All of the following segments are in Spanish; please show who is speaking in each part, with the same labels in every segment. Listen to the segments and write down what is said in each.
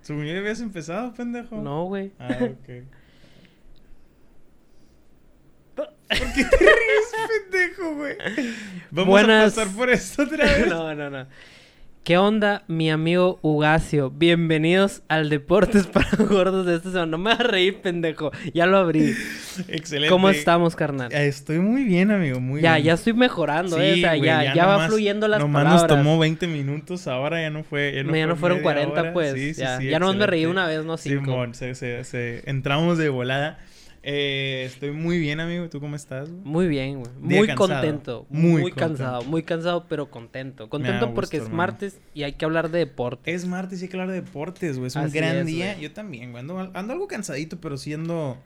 Speaker 1: Según yo habías empezado, pendejo.
Speaker 2: No, güey.
Speaker 1: Ah, ok. ¿Por qué te ríes, pendejo, güey? Vamos
Speaker 2: Buenas.
Speaker 1: a pasar por esto otra vez.
Speaker 2: no, no, no. ¿Qué onda, mi amigo Ugacio? Bienvenidos al Deportes para Gordos de esta semana. No me vas a reír, pendejo. Ya lo abrí.
Speaker 1: Excelente.
Speaker 2: ¿Cómo estamos, carnal?
Speaker 1: Estoy muy bien, amigo, muy
Speaker 2: ya,
Speaker 1: bien.
Speaker 2: ya estoy mejorando, eh. O sea,
Speaker 1: güey,
Speaker 2: ya, ya va
Speaker 1: nomás-
Speaker 2: fluyendo las
Speaker 1: nomás
Speaker 2: palabras.
Speaker 1: nos tomó 20 minutos, ahora ya no fue. Ya no,
Speaker 2: ya no
Speaker 1: fue
Speaker 2: fueron
Speaker 1: media
Speaker 2: 40,
Speaker 1: hora.
Speaker 2: pues.
Speaker 1: Sí, sí,
Speaker 2: ya
Speaker 1: sí,
Speaker 2: ya nomás me reí
Speaker 1: excelente.
Speaker 2: una vez, no cinco.
Speaker 1: Simón, se, se, se- entramos de volada. Eh, estoy muy bien, amigo. ¿Tú cómo estás? güey?
Speaker 2: Muy bien, güey.
Speaker 1: Día
Speaker 2: Muy
Speaker 1: cansado.
Speaker 2: contento.
Speaker 1: Muy
Speaker 2: Muy,
Speaker 1: contento.
Speaker 2: cansado. Muy cansado, pero contento. Contento
Speaker 1: gusto,
Speaker 2: porque es
Speaker 1: hermano.
Speaker 2: martes y hay que hablar de deporte.
Speaker 1: Es martes y hay que hablar de deportes, güey. Es un
Speaker 2: Así
Speaker 1: gran
Speaker 2: es,
Speaker 1: día.
Speaker 2: güey.
Speaker 1: Yo también, güey. Ando, ando algo cansadito, pero siendo.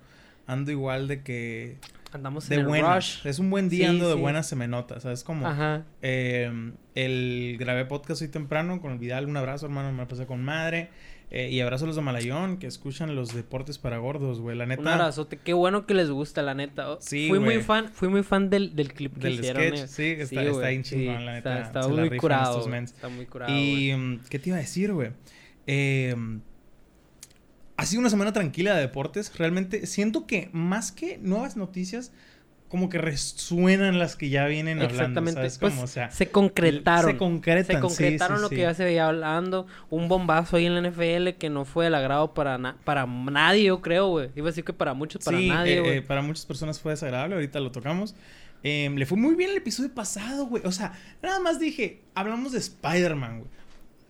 Speaker 1: Ando igual de que.
Speaker 2: Andamos Pues en
Speaker 1: De
Speaker 2: el
Speaker 1: buenas.
Speaker 2: rush.
Speaker 1: Es un buen día,
Speaker 2: Sí,
Speaker 1: ando de
Speaker 2: sí.
Speaker 1: buenas, se me nota. O sea, es como.
Speaker 2: Ajá.
Speaker 1: eh, el grabé podcast hoy temprano con el Vidal. Un abrazo, hermano. Me la pasé con madre. Eh, y abrazo a los de Malayón que escuchan los deportes para gordos, güey. La neta.
Speaker 2: Un abrazote. Qué bueno que les gusta, la neta. Oh,
Speaker 1: Sí,
Speaker 2: fui
Speaker 1: güey.
Speaker 2: muy fan, fui muy fan del, del clip que
Speaker 1: Del
Speaker 2: hicieron.
Speaker 1: sketch,
Speaker 2: eh.
Speaker 1: sí, está- está
Speaker 2: güey,
Speaker 1: bien chingón, la
Speaker 2: está-
Speaker 1: neta,
Speaker 2: Está,
Speaker 1: se la
Speaker 2: muy
Speaker 1: rifan
Speaker 2: curado.
Speaker 1: estos
Speaker 2: güey,
Speaker 1: mens.
Speaker 2: Está muy curado. güey.
Speaker 1: Y mm, qué te iba a decir, güey. Eh, ha sido una semana tranquila de deportes. Realmente siento que más que nuevas noticias, como que resuenan las que ya vienen hablando.
Speaker 2: Exactamente.
Speaker 1: ¿sabes?
Speaker 2: Pues,
Speaker 1: Como, o sea,
Speaker 2: se concretaron.
Speaker 1: se concretan,
Speaker 2: Se
Speaker 1: sí,
Speaker 2: concretaron
Speaker 1: sí,
Speaker 2: lo
Speaker 1: sí.
Speaker 2: que ya se veía hablando. Un bombazo ahí en la NFL que no fue del agrado para, na- para nadie, yo creo, güey. Iba a decir que para muchos, para
Speaker 1: Sí, eh,
Speaker 2: nadie, güey.
Speaker 1: eh, para muchas personas fue desagradable. Ahorita lo tocamos. Eh, le fue muy bien el episodio pasado, güey. O sea, nada más dije, hablamos de Spider-Man, güey.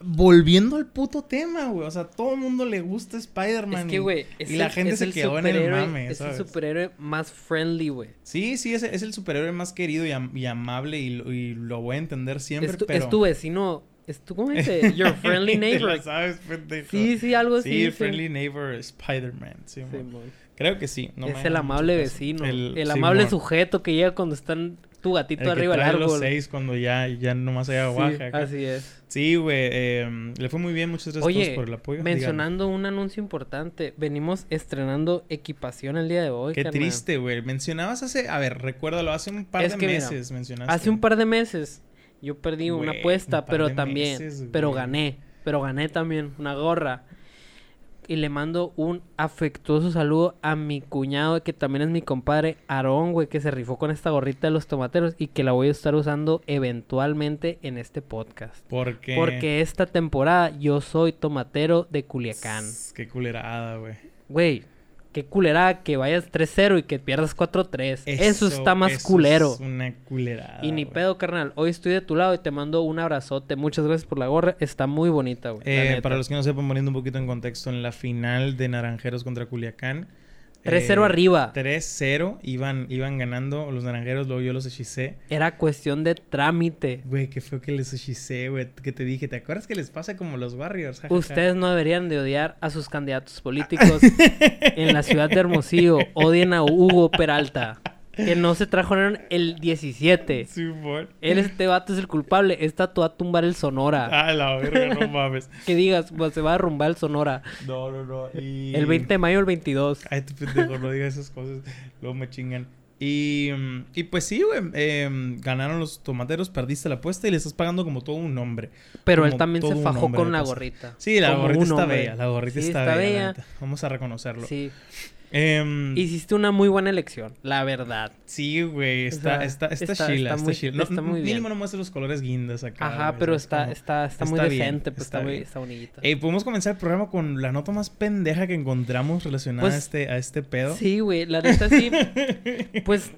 Speaker 1: Volviendo al puto tema, güey. O sea, todo el mundo le gusta Spider-Man.
Speaker 2: es que,
Speaker 1: y-
Speaker 2: güey. es
Speaker 1: y la
Speaker 2: el-
Speaker 1: gente
Speaker 2: es
Speaker 1: se
Speaker 2: el
Speaker 1: quedó en el
Speaker 2: superhéroe-
Speaker 1: mame,
Speaker 2: Es
Speaker 1: ¿sabes?
Speaker 2: el superhéroe más friendly, güey.
Speaker 1: Sí, sí, es, es el superhéroe más querido y, am- y amable y, lo- y lo voy a entender siempre,
Speaker 2: Es, tu-
Speaker 1: pero...
Speaker 2: es tu vecino. Es tu, ¿Cómo dice? eh, Your friendly
Speaker 1: Te
Speaker 2: neighbor.
Speaker 1: la sabes, pendejo.
Speaker 2: Sí, sí, algo
Speaker 1: Sí,
Speaker 2: así. dice.
Speaker 1: Friendly Neighbor Spider-Man, sí, mo.
Speaker 2: Simón.
Speaker 1: Creo que sí. no me
Speaker 2: es
Speaker 1: hagan
Speaker 2: el
Speaker 1: mucho
Speaker 2: amable
Speaker 1: caso.
Speaker 2: vecino. El, amable
Speaker 1: Simón.
Speaker 2: sujeto que llega cuando están tu
Speaker 1: El
Speaker 2: gatito
Speaker 1: que
Speaker 2: arriba del
Speaker 1: trae
Speaker 2: árbol.
Speaker 1: los seis cuando ya, ya nomás allá
Speaker 2: Sí,
Speaker 1: baja. acá.
Speaker 2: así es.
Speaker 1: Sí, güey, eh, le fue muy bien, muchas gracias a todos
Speaker 2: Oye,
Speaker 1: por el apoyo.
Speaker 2: mencionando un anuncio importante, venimos estrenando equipación el día de hoy.
Speaker 1: Dígame. Qué
Speaker 2: carnal.
Speaker 1: triste, güey. Mencionabas hace... A ver, recuérdalo, hace un par
Speaker 2: Es
Speaker 1: de
Speaker 2: que mira,
Speaker 1: meses mencionaste.
Speaker 2: Hace un par de meses yo perdí una
Speaker 1: Güey, un par
Speaker 2: apuesta,
Speaker 1: de
Speaker 2: pero también,
Speaker 1: meses,
Speaker 2: pero
Speaker 1: güey.
Speaker 2: gané, pero gané también una gorra. Y le mando un afectuoso saludo a mi cuñado, que también es mi compadre, Aarón, güey, que se rifó con esta gorrita de los tomateros y que la voy a estar usando eventualmente en este podcast.
Speaker 1: Porque...
Speaker 2: Porque esta temporada yo soy tomatero de Culiacán.
Speaker 1: Qué culerada, güey.
Speaker 2: Güey, qué culerada que vayas 3-0 y que pierdas 4-3. Eso, está más
Speaker 1: eso
Speaker 2: culero.
Speaker 1: Es una culerada.
Speaker 2: Y ni
Speaker 1: güey.
Speaker 2: pedo, carnal. Hoy estoy de tu lado y te mando un abrazote. Muchas gracias por la gorra. Está muy bonita, güey. la
Speaker 1: Eh,
Speaker 2: neta.
Speaker 1: para los que no sepan, poniendo un poquito en contexto, en la final de Naranjeros contra Culiacán.
Speaker 2: 3-0
Speaker 1: eh,
Speaker 2: arriba.
Speaker 1: 3-0 iban, iban ganando los naranjeros, luego yo los hechicé.
Speaker 2: Era cuestión de trámite.
Speaker 1: Güey, qué feo que les hechicé, güey. Que te dije, ¿te acuerdas que les pasa como los Warriors? Ja, ja, ja.
Speaker 2: Ustedes no deberían de odiar a sus candidatos políticos en la ciudad de Hermosillo. Odien a Hugo Peralta, que no se trajeron el 17.
Speaker 1: Sí, por...
Speaker 2: Él, este vato, es el culpable. Esta te va a tumbar el Sonora.
Speaker 1: Ah, la verga, no mames.
Speaker 2: Que digas, pues, se va a arrumbar el Sonora.
Speaker 1: No, no, no. Y...
Speaker 2: El 20 de mayo, el 22.
Speaker 1: Ay, tú pendejo, no digas esas cosas. Luego me chingan. Y, mm, y pues sí, güey. em, ganaron los tomateros, perdiste la apuesta y le estás pagando como todo un hombre.
Speaker 2: Pero él
Speaker 1: Como
Speaker 2: también se
Speaker 1: todo un
Speaker 2: fajó
Speaker 1: hombre
Speaker 2: con
Speaker 1: le
Speaker 2: la
Speaker 1: pasa.
Speaker 2: gorrita.
Speaker 1: Sí, la
Speaker 2: Como
Speaker 1: gorrita
Speaker 2: un
Speaker 1: está
Speaker 2: hombre.
Speaker 1: bella. La gorrita
Speaker 2: Sí,
Speaker 1: está,
Speaker 2: está
Speaker 1: bella. la
Speaker 2: bella.
Speaker 1: neta. Vamos a reconocerlo. Sí.
Speaker 2: Sí. Hiciste una muy buena elección, la verdad.
Speaker 1: Sí, güey. Está,
Speaker 2: sea,
Speaker 1: está, está,
Speaker 2: está-
Speaker 1: chila,
Speaker 2: está
Speaker 1: está
Speaker 2: muy-
Speaker 1: chila. No,
Speaker 2: está muy
Speaker 1: mínimo
Speaker 2: bien.
Speaker 1: no muestra los colores guindas acá.
Speaker 2: Ajá,
Speaker 1: güey,
Speaker 2: pero
Speaker 1: ¿sabes?
Speaker 2: está,
Speaker 1: Como-
Speaker 2: está, está muy
Speaker 1: está bien,
Speaker 2: decente, pues
Speaker 1: está
Speaker 2: está, muy,
Speaker 1: bien.
Speaker 2: está bonita.
Speaker 1: Eh, Podemos comenzar el programa con la nota más pendeja que encontramos relacionada a,
Speaker 2: Pues,
Speaker 1: este, a este pedo.
Speaker 2: Sí, güey, la neta sí. pues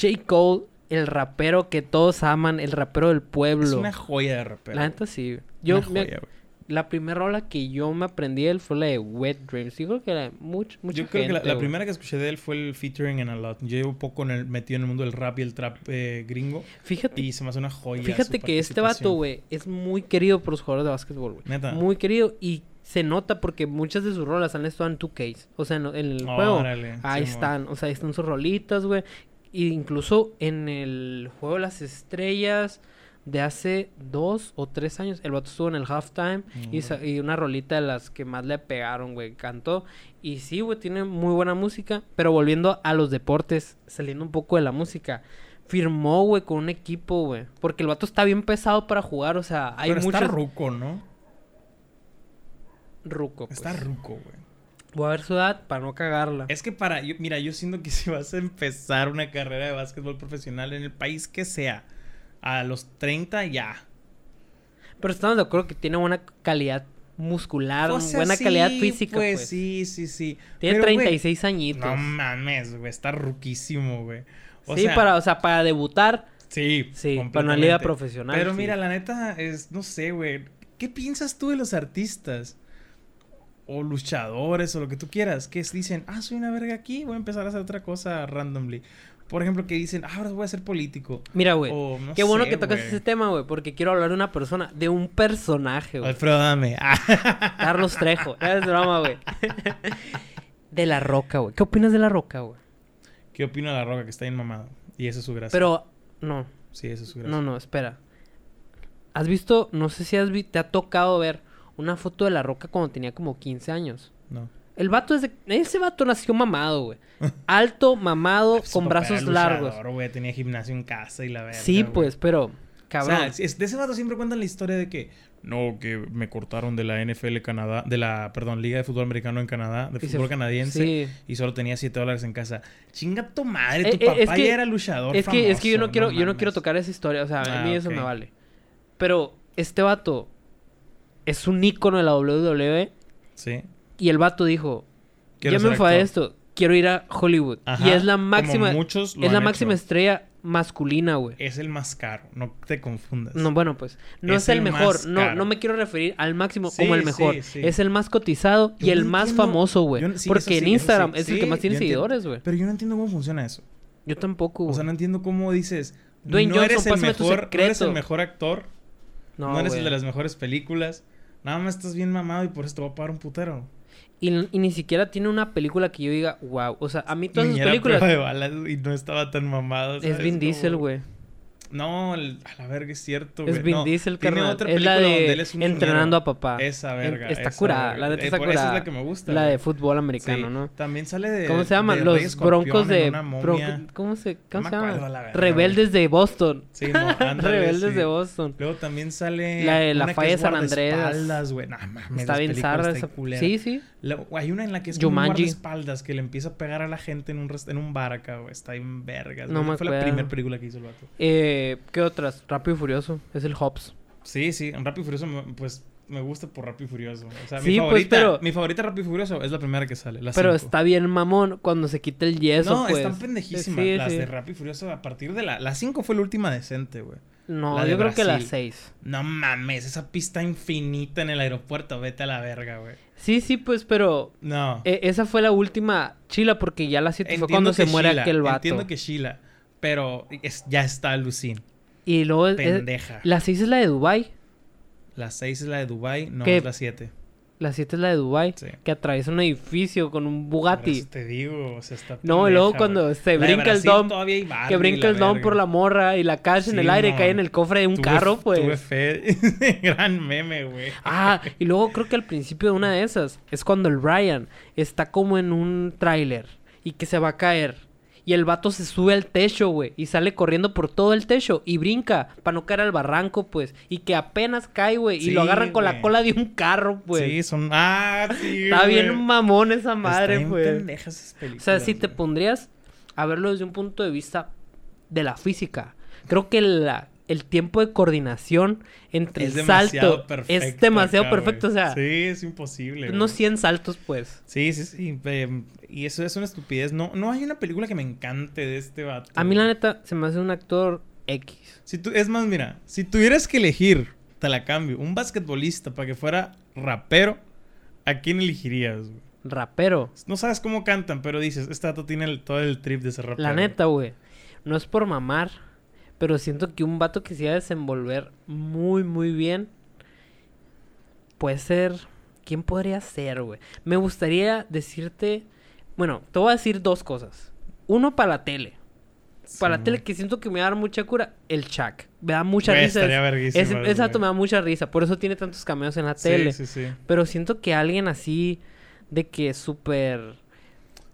Speaker 2: J. Cole, el rapero que todos aman, el rapero del pueblo.
Speaker 1: es una joya de rapero.
Speaker 2: La neta sí. Yo,
Speaker 1: una
Speaker 2: me-
Speaker 1: joya, güey.
Speaker 2: la primera rola que yo me aprendí de él fue la de Wet Dreams. Yo creo que era mucho, mucha
Speaker 1: Yo creo que la,
Speaker 2: gente,
Speaker 1: la
Speaker 2: güey.
Speaker 1: primera que escuché de él fue el featuring en a lot. Yo llevo poco en el, metido en el mundo del rap y el trap eh, gringo.
Speaker 2: Fíjate,
Speaker 1: Y se me hace una joya.
Speaker 2: fíjate
Speaker 1: su
Speaker 2: que este vato,
Speaker 1: participación.
Speaker 2: güey, es muy querido por los jugadores de básquetbol, güey.
Speaker 1: Neta.
Speaker 2: Muy querido y se nota porque muchas de sus rolas han estado en 2Ks. O sea, en, en el juego.
Speaker 1: Órale,
Speaker 2: Ahí
Speaker 1: Simón.
Speaker 2: están, o sea, ahí están sus rolitas, güey. E incluso en el juego de las estrellas de hace dos o tres años, el vato estuvo en el halftime
Speaker 1: Mm.
Speaker 2: y, sa- y una rolita de las que más le pegaron, güey, cantó. Y sí, güey, tiene muy buena música, pero volviendo a los deportes, saliendo un poco de la música. Firmó, güey, con un equipo, güey. Porque el vato está bien pesado para jugar, o sea, hay
Speaker 1: Pero
Speaker 2: muchos...
Speaker 1: está ruco, ¿no?
Speaker 2: ruco. pues.
Speaker 1: Está ruco, güey.
Speaker 2: Voy a ver su edad para no cagarla.
Speaker 1: Es que para, yo- mira, yo siento que si vas a empezar una carrera de básquetbol profesional en el país que sea, a los 30 ya.
Speaker 2: Pero estamos de acuerdo que tiene buena calidad muscular,
Speaker 1: O sea,
Speaker 2: buena
Speaker 1: sí,
Speaker 2: calidad física. Pues,
Speaker 1: Pues sí, sí, sí.
Speaker 2: Tiene
Speaker 1: Pero, güey,
Speaker 2: 36 añitos.
Speaker 1: No mames, güey, está ruquísimo, güey. O
Speaker 2: sí,
Speaker 1: sea,
Speaker 2: para, o sea, para debutar.
Speaker 1: Sí,
Speaker 2: Sí, para una
Speaker 1: completamente.
Speaker 2: liga profesional,
Speaker 1: Pero
Speaker 2: sí.
Speaker 1: mira, la neta es, no sé, güey. ¿Qué piensas tú de los artistas? O luchadores, o lo que tú quieras, que es- dicen, ah, soy una verga aquí, voy a empezar a hacer otra cosa randomly. Por ejemplo, que dicen, ah, ahora voy a ser político.
Speaker 2: Mira, güey.
Speaker 1: O no
Speaker 2: qué bueno
Speaker 1: sé,
Speaker 2: que tocas
Speaker 1: güey.
Speaker 2: ese tema, güey, porque quiero hablar de una persona, de un personaje, güey.
Speaker 1: Alfredo, dame. Ah,
Speaker 2: Carlos Trejo. Es broma, güey. de la roca, güey. ¿Qué opinas de la roca, güey?
Speaker 1: ¿Qué opino de la roca que está bien mamado? Y eso es su gracia.
Speaker 2: Pero, no,
Speaker 1: sí, eso es su gracia.
Speaker 2: no, no, espera. ¿Has visto, no sé si has vi- te ha tocado ver una foto de la roca cuando tenía como 15 años?
Speaker 1: No.
Speaker 2: El vato es de... Ese vato nació mamado, güey. Alto, mamado,
Speaker 1: Su
Speaker 2: con
Speaker 1: papá era
Speaker 2: brazos
Speaker 1: luchador,
Speaker 2: largos.
Speaker 1: güey, tenía gimnasio en casa y la verga.
Speaker 2: Sí,
Speaker 1: güey.
Speaker 2: pues, pero...
Speaker 1: O
Speaker 2: Cabrón.
Speaker 1: sea, es- de ese vato siempre cuentan la historia de que no, que me cortaron de la NFL Canadá, de la, perdón, Liga de Fútbol Americano en Canadá, de
Speaker 2: Y se
Speaker 1: fútbol
Speaker 2: fu-
Speaker 1: canadiense,
Speaker 2: sí.
Speaker 1: y solo tenía 7 dólares en casa. Chinga tu madre,
Speaker 2: Eh,
Speaker 1: tu
Speaker 2: eh,
Speaker 1: papá
Speaker 2: es que-
Speaker 1: ya era luchador.
Speaker 2: Es que, es que yo
Speaker 1: famoso,
Speaker 2: no quiero, yo no
Speaker 1: mames.
Speaker 2: quiero tocar esa historia, o sea, a
Speaker 1: Ah,
Speaker 2: mí eso me
Speaker 1: ok.
Speaker 2: vale. Pero este vato es un ícono de la WWE
Speaker 1: Sí.
Speaker 2: y el vato dijo,
Speaker 1: Quiero
Speaker 2: ya me
Speaker 1: ser
Speaker 2: enfadé de
Speaker 1: actor".
Speaker 2: esto, quiero ir a Hollywood.
Speaker 1: Ajá,
Speaker 2: y es la
Speaker 1: como
Speaker 2: máxima,
Speaker 1: muchos lo
Speaker 2: es la
Speaker 1: han
Speaker 2: máxima
Speaker 1: hecho.
Speaker 2: estrella masculina, güey.
Speaker 1: Es el más caro, no te confundas.
Speaker 2: No, bueno, pues, no es,
Speaker 1: Es
Speaker 2: el
Speaker 1: el
Speaker 2: mejor,
Speaker 1: más
Speaker 2: no,
Speaker 1: caro.
Speaker 2: no me quiero referir al máximo
Speaker 1: Sí,
Speaker 2: como el mejor,
Speaker 1: sí, sí.
Speaker 2: es el más cotizado y
Speaker 1: Yo
Speaker 2: el
Speaker 1: no
Speaker 2: más
Speaker 1: entiendo-
Speaker 2: famoso, güey.
Speaker 1: yo no- sí,
Speaker 2: porque
Speaker 1: eso sí,
Speaker 2: en
Speaker 1: eso sí.
Speaker 2: Instagram es el
Speaker 1: Sí,
Speaker 2: que más tiene
Speaker 1: yo entiendo.
Speaker 2: seguidores, güey.
Speaker 1: Pero yo no entiendo cómo funciona eso.
Speaker 2: Yo tampoco,
Speaker 1: O
Speaker 2: güey.
Speaker 1: sea, no entiendo cómo dices,
Speaker 2: Dwayne
Speaker 1: no
Speaker 2: Johnson,
Speaker 1: eres el
Speaker 2: pásame tu
Speaker 1: mejor, no eres
Speaker 2: secreto.
Speaker 1: el mejor actor, no, eres
Speaker 2: güey.
Speaker 1: el de las mejores películas. Nada más estás bien mamado y por eso te voy a pagar un putero.
Speaker 2: Y, y ni siquiera tiene una película que yo diga, wow. O sea, a mí todas
Speaker 1: Ni
Speaker 2: sus
Speaker 1: era
Speaker 2: películas.
Speaker 1: prueba de balas y no estaba tan mamado.
Speaker 2: Es
Speaker 1: ¿sabes?
Speaker 2: Vin
Speaker 1: Como-
Speaker 2: Diesel, güey.
Speaker 1: No, el- a la verga es cierto, güey.
Speaker 2: Es Vin
Speaker 1: No,
Speaker 2: Diesel,
Speaker 1: tiene
Speaker 2: carnal.
Speaker 1: otra
Speaker 2: Es la
Speaker 1: película donde
Speaker 2: de
Speaker 1: él es un minero.
Speaker 2: Entrenando a Papá.
Speaker 1: Esa
Speaker 2: En-
Speaker 1: verga.
Speaker 2: Está
Speaker 1: esa
Speaker 2: curada.
Speaker 1: verga.
Speaker 2: La neta
Speaker 1: Eh,
Speaker 2: está
Speaker 1: por-
Speaker 2: curada.
Speaker 1: Esa es la que me gusta.
Speaker 2: La de
Speaker 1: güey.
Speaker 2: fútbol americano,
Speaker 1: Sí.
Speaker 2: ¿no?
Speaker 1: También sale de.
Speaker 2: ¿Cómo se llaman?
Speaker 1: de Rey
Speaker 2: Los
Speaker 1: Escorpión
Speaker 2: broncos
Speaker 1: en
Speaker 2: de.
Speaker 1: una momia.
Speaker 2: bronco- ¿Cómo se, cómo
Speaker 1: me
Speaker 2: se llama?
Speaker 1: acuerdo a la verga,
Speaker 2: Rebeldes de Boston.
Speaker 1: Sí, no, ándale,
Speaker 2: Rebeldes
Speaker 1: sí.
Speaker 2: de Boston.
Speaker 1: Luego también sale.
Speaker 2: La de la
Speaker 1: una que
Speaker 2: falla
Speaker 1: es
Speaker 2: de San Andrés.
Speaker 1: guardaespaldas, güey. Nah, mames,
Speaker 2: Está
Speaker 1: las
Speaker 2: bien
Speaker 1: películas
Speaker 2: zarra
Speaker 1: están
Speaker 2: esa.
Speaker 1: culeras.
Speaker 2: Sí, sí.
Speaker 1: La- güey, hay una en la que es como un
Speaker 2: Jumanji.
Speaker 1: guardaespaldas que le empieza a pegar a la gente en un, rest- en un bar acá, güey. Está bien vergas.
Speaker 2: No
Speaker 1: güey.
Speaker 2: me
Speaker 1: Fue la
Speaker 2: acuerdo.
Speaker 1: primera película que hizo el vato.
Speaker 2: Eh, ¿Qué otras? Rápido y Furioso. Es el Hobbs.
Speaker 1: Sí, sí, en Rápido y Furioso, me- pues me gusta por Rápido y Furioso. O sea,
Speaker 2: Sí,
Speaker 1: mi
Speaker 2: pues,
Speaker 1: favorita,
Speaker 2: pero-
Speaker 1: mi favorita de Rápido y Furioso es la primera que sale. La
Speaker 2: Pero
Speaker 1: Ah, cinco.
Speaker 2: está bien mamón cuando se quita el yeso.
Speaker 1: No,
Speaker 2: pues.
Speaker 1: están pendejísimas.
Speaker 2: Sí,
Speaker 1: las
Speaker 2: sí.
Speaker 1: de Rápido y Furioso, a partir de la. La 5 fue la última decente, güey.
Speaker 2: No,
Speaker 1: La de
Speaker 2: yo creo que las
Speaker 1: Brasil.
Speaker 2: seis.
Speaker 1: No mames, esa pista infinita en el aeropuerto, vete a la verga, güey.
Speaker 2: Sí, sí, pues, pero
Speaker 1: No.
Speaker 2: eh, esa fue la última chila porque ya la siete fue cuando se
Speaker 1: que
Speaker 2: muere
Speaker 1: Sheila,
Speaker 2: aquel vato.
Speaker 1: Entiendo que Sheila, pero es- ya está Lucín.
Speaker 2: Y luego es- es-
Speaker 1: Pendeja.
Speaker 2: la seis es la de Dubai,
Speaker 1: La 6 es la de Dubai, no
Speaker 2: ¿Qué?
Speaker 1: es la 7.
Speaker 2: la siete es la de Dubai
Speaker 1: Sí.
Speaker 2: que atraviesa un edificio con un Bugatti.
Speaker 1: Te digo, o sea, está
Speaker 2: No, y luego
Speaker 1: pendeja,
Speaker 2: cuando
Speaker 1: güey.
Speaker 2: se
Speaker 1: La de
Speaker 2: brinca el
Speaker 1: Brasil
Speaker 2: dom,
Speaker 1: todavía hay Barbie,
Speaker 2: que brinca el don
Speaker 1: verga.
Speaker 2: por la morra y la cacha en el aire,
Speaker 1: Simón.
Speaker 2: cae en el cofre de un
Speaker 1: Tuve-
Speaker 2: carro,
Speaker 1: Tuve
Speaker 2: pues.
Speaker 1: fe. Gran meme, güey.
Speaker 2: Ah, y luego creo que al principio de una de esas es cuando el Brian está como en un tráiler y que se va a caer. Y el vato se sube al techo, güey, y sale corriendo por todo el techo y brinca para no caer al barranco, pues. Y que apenas cae, güey, y lo
Speaker 1: Sí,
Speaker 2: agarran con la
Speaker 1: güey.
Speaker 2: cola de un carro, pues.
Speaker 1: Sí, son. Ah, sí.
Speaker 2: Está
Speaker 1: güey.
Speaker 2: bien mamón esa madre,
Speaker 1: Está bien
Speaker 2: güey.
Speaker 1: pendeja esas
Speaker 2: O
Speaker 1: películas,
Speaker 2: sea, si te
Speaker 1: güey.
Speaker 2: pondrías a verlo desde un punto de vista de la física, creo que la- el tiempo de coordinación entre
Speaker 1: Es
Speaker 2: el
Speaker 1: demasiado
Speaker 2: salto es
Speaker 1: perfecto
Speaker 2: demasiado
Speaker 1: acá,
Speaker 2: perfecto.
Speaker 1: güey.
Speaker 2: O sea,
Speaker 1: Sí, es imposible.
Speaker 2: unos
Speaker 1: güey.
Speaker 2: 100 saltos, pues.
Speaker 1: Sí, sí, sí. em, Y eso es una estupidez. No, no hay una película que me encante de este vato.
Speaker 2: A mí, la
Speaker 1: güey.
Speaker 2: neta, se me hace un actor X.
Speaker 1: Si tú, es más, mira, si tuvieras que elegir, te la cambio, un basquetbolista para que fuera rapero, ¿a quién elegirías? güey?
Speaker 2: Rapero.
Speaker 1: No sabes cómo cantan, pero dices, este vato tiene el- todo el trip de ser rapero.
Speaker 2: La neta, güey. No es por mamar, pero siento que un vato que se iba a desenvolver muy, muy bien. Puede ser. ¿Quién podría ser, güey? Me gustaría decirte. Bueno, te voy a decir dos cosas. Uno para la tele. Para la
Speaker 1: Simón.
Speaker 2: tele que siento que me va a dar mucha cura, el Chuck. Me da mucha
Speaker 1: Güey,
Speaker 2: risa.
Speaker 1: estaría
Speaker 2: es-
Speaker 1: verguísima,
Speaker 2: ese-
Speaker 1: güey.
Speaker 2: ese vato me da mucha risa. Por eso tiene tantos cameos en la
Speaker 1: Sí,
Speaker 2: tele.
Speaker 1: Sí, sí,
Speaker 2: Pero siento que alguien así de que súper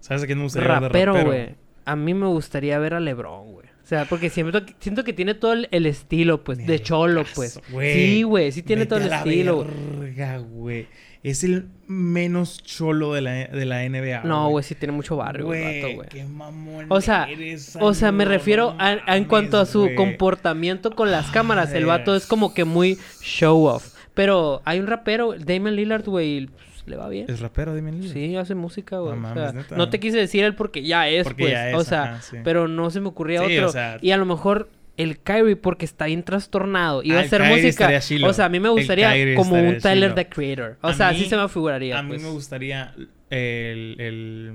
Speaker 1: ¿Sabes a quién me gustaría ver de
Speaker 2: rapero, güey. A mí me gustaría ver a LeBron, güey. O sea, porque siento que, siento que tiene todo el, el estilo, pues, de
Speaker 1: Nalgazo,
Speaker 2: cholo, pues.
Speaker 1: güey.
Speaker 2: Sí, güey, sí tiene
Speaker 1: Vete
Speaker 2: todo
Speaker 1: a
Speaker 2: el
Speaker 1: la
Speaker 2: estilo. güey.
Speaker 1: verga, güey. Es el menos cholo de la, de la NBA.
Speaker 2: No, güey, sí tiene mucho barrio, güey, el vato, güey.
Speaker 1: Qué mamón.
Speaker 2: O sea,
Speaker 1: eres,
Speaker 2: O sea, me
Speaker 1: amigo,
Speaker 2: refiero
Speaker 1: no
Speaker 2: a, a en cuanto a
Speaker 1: mames,
Speaker 2: su
Speaker 1: güey.
Speaker 2: comportamiento con las cámaras. El vato es como que muy show off. Pero hay un rapero, Damon Lillard, güey, y, pues, le va bien.
Speaker 1: ¿Es rapero, dime Lil?
Speaker 2: Sí, hace música, güey.
Speaker 1: Mm. No
Speaker 2: o sea,
Speaker 1: mames, neta.
Speaker 2: no te quise decir él porque ya es,
Speaker 1: Porque
Speaker 2: pues.
Speaker 1: ya es,
Speaker 2: o sea,
Speaker 1: ajá, sí.
Speaker 2: pero no se me ocurría
Speaker 1: Sí,
Speaker 2: otro.
Speaker 1: o sea-
Speaker 2: Y a lo mejor el Kyrie porque está bien trastornado. Iba
Speaker 1: Ah,
Speaker 2: a
Speaker 1: el
Speaker 2: hacer
Speaker 1: Kyrie
Speaker 2: música.
Speaker 1: estaría chilo.
Speaker 2: O sea, a mí me
Speaker 1: El
Speaker 2: gustaría
Speaker 1: Kyrie
Speaker 2: como un
Speaker 1: estaría
Speaker 2: Tyler
Speaker 1: chilo.
Speaker 2: the Creator. O
Speaker 1: A
Speaker 2: sea, así
Speaker 1: mí-
Speaker 2: se me figuraría.
Speaker 1: A mí
Speaker 2: pues.
Speaker 1: me gustaría el. el...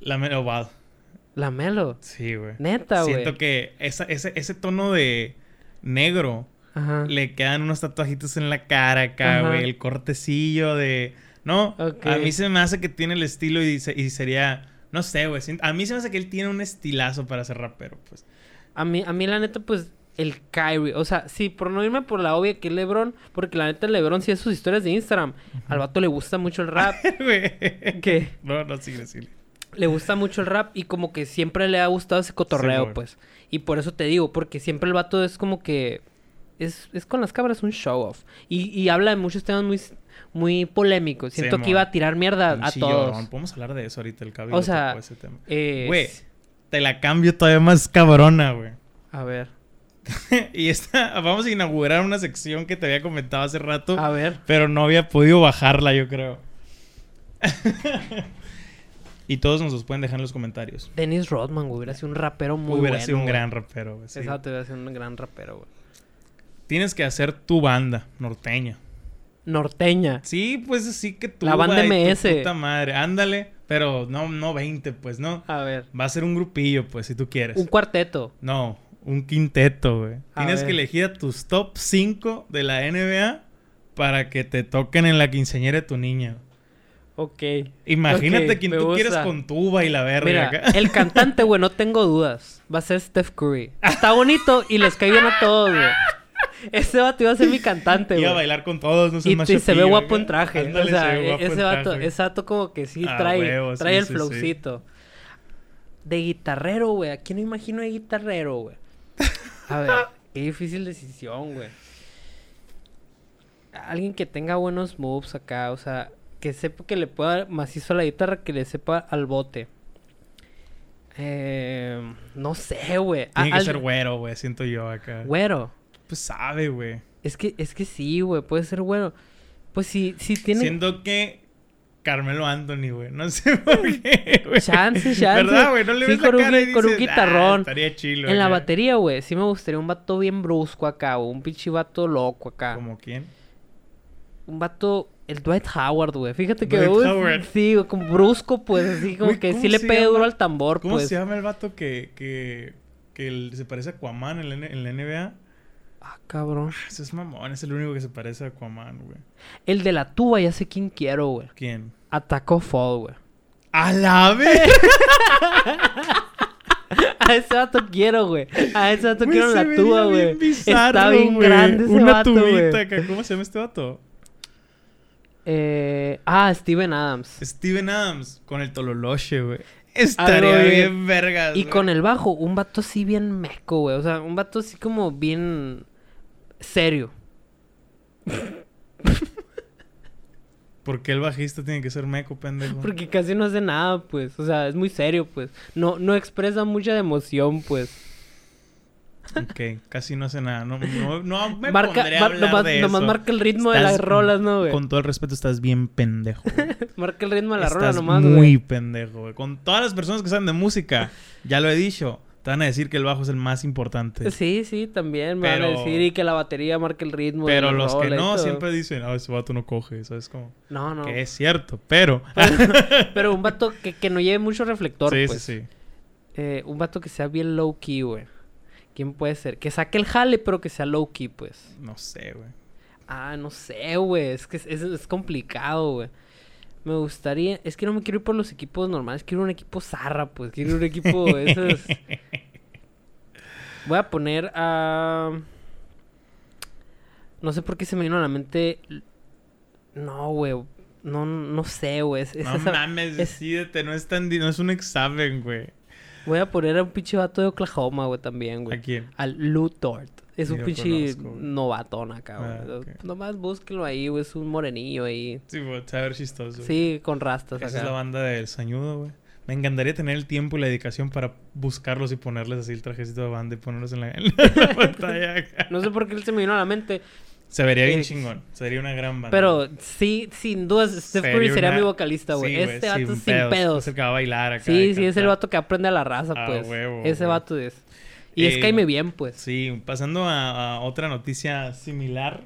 Speaker 1: La Melo Bad.
Speaker 2: La Melo.
Speaker 1: Sí, güey.
Speaker 2: Neta, güey.
Speaker 1: Siento que esa- ese, ese tono de negro
Speaker 2: Ajá.
Speaker 1: le quedan unos tatuajitos en la cara acá,
Speaker 2: Ajá.
Speaker 1: güey. El cortecillo de. No,
Speaker 2: Ok.
Speaker 1: a mí se me hace que tiene el estilo y, se- y sería. No sé, güey. siento- A mí se me hace que él tiene un estilazo para ser rapero, pues.
Speaker 2: A mí, a mí la neta, pues, el Kyrie. O sea, sí, por no irme por la obvia que es LeBron, porque la neta, LeBron sí es sus historias de Instagram. Al vato le gusta mucho el rap.
Speaker 1: Güey.
Speaker 2: que
Speaker 1: No, no, sigue, sigue.
Speaker 2: le gusta mucho el rap y como que siempre le ha gustado ese cotorreo,
Speaker 1: Simón.
Speaker 2: pues. Y por eso te digo, porque siempre el vato es como que... Es, es con las cabras un show off. Y, y habla de muchos temas muy, muy polémicos. Siento
Speaker 1: Simón.
Speaker 2: que iba a tirar mierda a
Speaker 1: Pinche
Speaker 2: todos.
Speaker 1: llorón. Podemos hablar de eso ahorita, el cabello.
Speaker 2: O sea,
Speaker 1: ese tema.
Speaker 2: Eh,
Speaker 1: Güey.
Speaker 2: s-
Speaker 1: Te la cambio todavía más cabrona, güey.
Speaker 2: A ver,
Speaker 1: y esta, vamos a inaugurar una sección que te había comentado hace rato,
Speaker 2: a ver.
Speaker 1: pero no había podido bajarla, yo creo. y todos nos los pueden dejar en los comentarios.
Speaker 2: Dennis Rodman, güey, hubiera sido un rapero muy
Speaker 1: Hubiera
Speaker 2: bueno,
Speaker 1: sido un
Speaker 2: güey.
Speaker 1: gran rapero, güey. sí.
Speaker 2: Exacto, hubiera sido un gran rapero, güey.
Speaker 1: Tienes que hacer tu banda norteña.
Speaker 2: Norteña.
Speaker 1: Sí, pues sí que tú.
Speaker 2: La banda
Speaker 1: y tu
Speaker 2: MS.
Speaker 1: Puta madre, ándale, pero no, no 20, pues no.
Speaker 2: A ver.
Speaker 1: Va a ser un grupillo, pues, si tú quieres.
Speaker 2: Un cuarteto.
Speaker 1: No, un quinteto, güey.
Speaker 2: A
Speaker 1: Tienes
Speaker 2: ver.
Speaker 1: que elegir a tus top 5 de la NBA para que te toquen en la quinceañera de tu niña.
Speaker 2: Ok.
Speaker 1: Imagínate
Speaker 2: Ok,
Speaker 1: quién
Speaker 2: me
Speaker 1: tú quieres
Speaker 2: gusta.
Speaker 1: con tuba y la verga
Speaker 2: Mira,
Speaker 1: acá.
Speaker 2: el cantante, güey, no tengo dudas. Va a ser Steph Curry. Está bonito y les cae bien a todos, güey. Ese vato iba a ser mi cantante,
Speaker 1: Y a
Speaker 2: güey.
Speaker 1: bailar con todos, no sé
Speaker 2: Y,
Speaker 1: más
Speaker 2: y se ve
Speaker 1: chapillo,
Speaker 2: guapo
Speaker 1: acá.
Speaker 2: en traje. ¿eh?
Speaker 1: Ándale,
Speaker 2: o sea,
Speaker 1: se ve guapo
Speaker 2: ese
Speaker 1: en
Speaker 2: vato,
Speaker 1: traje.
Speaker 2: ese vato como que sí
Speaker 1: Ah,
Speaker 2: trae,
Speaker 1: huevo, sí,
Speaker 2: trae el
Speaker 1: sí, sí.
Speaker 2: flowcito. De guitarrero, güey. ¿A quién no imagino de guitarrero, güey? A ver, qué difícil decisión, güey. Alguien que tenga buenos moves acá, o sea, que sepa que le pueda dar macizo a la guitarra, que le sepa al bote. Eh, no sé, güey. A-
Speaker 1: Tiene que
Speaker 2: al-
Speaker 1: ser güero, güey, siento yo acá.
Speaker 2: güero.
Speaker 1: Pues sabe, güey.
Speaker 2: Es que, es que sí, güey, puede ser güero. Pues sí, sí tiene.
Speaker 1: Siento que Carmelo Anthony, güey. No sé por qué, güey.
Speaker 2: Chance, chance.
Speaker 1: ¿Verdad, güey? No le
Speaker 2: Sí,
Speaker 1: ves la
Speaker 2: con un
Speaker 1: cara y
Speaker 2: gui- con un
Speaker 1: dices, "Ah,
Speaker 2: guitarrón".
Speaker 1: estaría chilo.
Speaker 2: En la
Speaker 1: acá".
Speaker 2: batería, güey, sí me gustaría un vato bien brusco acá, o un pinche vato loco acá.
Speaker 1: ¿Como quién?
Speaker 2: Un vato, el Dwight Howard, güey. Fíjate que,
Speaker 1: Dwight
Speaker 2: uy,
Speaker 1: Howard.
Speaker 2: sí, güey, como brusco, pues, así como
Speaker 1: Güey,
Speaker 2: que
Speaker 1: ¿cómo
Speaker 2: sí le
Speaker 1: se
Speaker 2: pegue
Speaker 1: llama?
Speaker 2: duro al tambor,
Speaker 1: ¿Cómo
Speaker 2: pues.
Speaker 1: se llama el vato que, que, que el- se parece a Aquaman en la, N- en la NBA?
Speaker 2: Ah, cabrón.
Speaker 1: Ah, Ese es mamón, es el único que se parece a Aquaman, güey.
Speaker 2: El de la tuba, ya sé quién quiero, güey.
Speaker 1: ¿Quién?
Speaker 2: Atacó Fall, güey.
Speaker 1: ¡A la vez!
Speaker 2: A ese vato quiero, güey. A ese vato
Speaker 1: Güey,
Speaker 2: quiero en
Speaker 1: se
Speaker 2: la
Speaker 1: vería
Speaker 2: tuba,
Speaker 1: bien
Speaker 2: güey.
Speaker 1: bizarro,
Speaker 2: Está bien
Speaker 1: güey.
Speaker 2: grande ese
Speaker 1: Una
Speaker 2: vato,
Speaker 1: tubita
Speaker 2: güey.
Speaker 1: acá. ¿Cómo se llama este vato?
Speaker 2: Eh, ah, Steven Adams.
Speaker 1: Steven Adams con el Tololoche, güey.
Speaker 2: Algo
Speaker 1: Estaría
Speaker 2: bien.
Speaker 1: bien vergas,
Speaker 2: Y
Speaker 1: güey.
Speaker 2: con el bajo, un vato así bien meco, güey. O sea, un vato así como bien serio.
Speaker 1: ¿Por qué el bajista tiene que ser meco, pendejo?
Speaker 2: Porque casi no hace nada, pues. O sea, es muy serio, pues. No, no expresa mucha emoción, pues.
Speaker 1: Ok, casi no hace nada. No, no, no me
Speaker 2: marca,
Speaker 1: pondré a
Speaker 2: mar-
Speaker 1: hablar
Speaker 2: nomás,
Speaker 1: de
Speaker 2: nomás
Speaker 1: eso.
Speaker 2: marca el ritmo de
Speaker 1: Estás-
Speaker 2: las rolas, ¿no, güey?
Speaker 1: Con todo el respeto, estás bien pendejo. güey.
Speaker 2: Marca el ritmo de la
Speaker 1: Estás
Speaker 2: rola nomás,
Speaker 1: muy
Speaker 2: güey.
Speaker 1: pendejo, güey. Con todas las personas que saben de música, ya lo he dicho, te van a decir que el bajo es el más importante.
Speaker 2: Sí, sí, también me van a
Speaker 1: Pero-
Speaker 2: decir. Y que la batería marca el ritmo. de
Speaker 1: Pero
Speaker 2: la
Speaker 1: los que
Speaker 2: rola y
Speaker 1: no
Speaker 2: todo.
Speaker 1: siempre dicen, no, ese vato no coge, ¿sabes cómo?
Speaker 2: No, no.
Speaker 1: Que es cierto, pero...
Speaker 2: Pero un vato que, que no lleve mucho reflector,
Speaker 1: sí,
Speaker 2: pues.
Speaker 1: sí, sí.
Speaker 2: Eh, un vato que sea bien low key, güey. ¿Quién puede ser? Que saque el jale, pero que sea low key, pues.
Speaker 1: No sé, güey.
Speaker 2: Ah, no sé, güey. Es que es, es- es complicado, güey. Me gustaría. Es que no me quiero ir por los equipos normales. Quiero un equipo zarra, pues. Quiero un equipo de esos. Voy a poner a. No sé por qué se me vino a la mente. No, güey. No, no sé, güey. Es, es
Speaker 1: no
Speaker 2: esa-
Speaker 1: mames,
Speaker 2: es-
Speaker 1: decídete, no es, tan, di- no es un examen, güey.
Speaker 2: Voy a poner a un pinche vato de Oklahoma, güey, también, güey.
Speaker 1: ¿A quién?
Speaker 2: Al Lou Tort. Es
Speaker 1: Ni
Speaker 2: un
Speaker 1: lo
Speaker 2: pinche
Speaker 1: conozco, güey.
Speaker 2: novatón acá, güey.
Speaker 1: Ah, ok.
Speaker 2: Nomás búsquenlo ahí, güey. Es un morenillo ahí.
Speaker 1: Sí, güey, está a ver chistoso.
Speaker 2: Sí, con rastas
Speaker 1: Esa
Speaker 2: acá.
Speaker 1: es la banda del Sañudo, güey. Me encantaría tener el tiempo y la dedicación para buscarlos y ponerles así el trajecito de banda y ponerlos en la, en la pantalla. acá.
Speaker 2: No sé por qué él se me vino a la mente,
Speaker 1: Se vería bien
Speaker 2: Eh,
Speaker 1: chingón. Sería una gran banda.
Speaker 2: pero sí, sin dudas, Steph
Speaker 1: Sería
Speaker 2: Curry sería
Speaker 1: una-
Speaker 2: mi vocalista, güey.
Speaker 1: Sí,
Speaker 2: este vato
Speaker 1: sin
Speaker 2: es sin pedos.
Speaker 1: Es el que va a bailar acá.
Speaker 2: Sí,
Speaker 1: y
Speaker 2: sí, es el
Speaker 1: cantar.
Speaker 2: vato que aprende a la raza,
Speaker 1: Ah,
Speaker 2: pues.
Speaker 1: huevo,
Speaker 2: Ese
Speaker 1: güey.
Speaker 2: vato es. Y es
Speaker 1: Eh,
Speaker 2: caime bien, pues.
Speaker 1: Sí, pasando a, a otra noticia similar,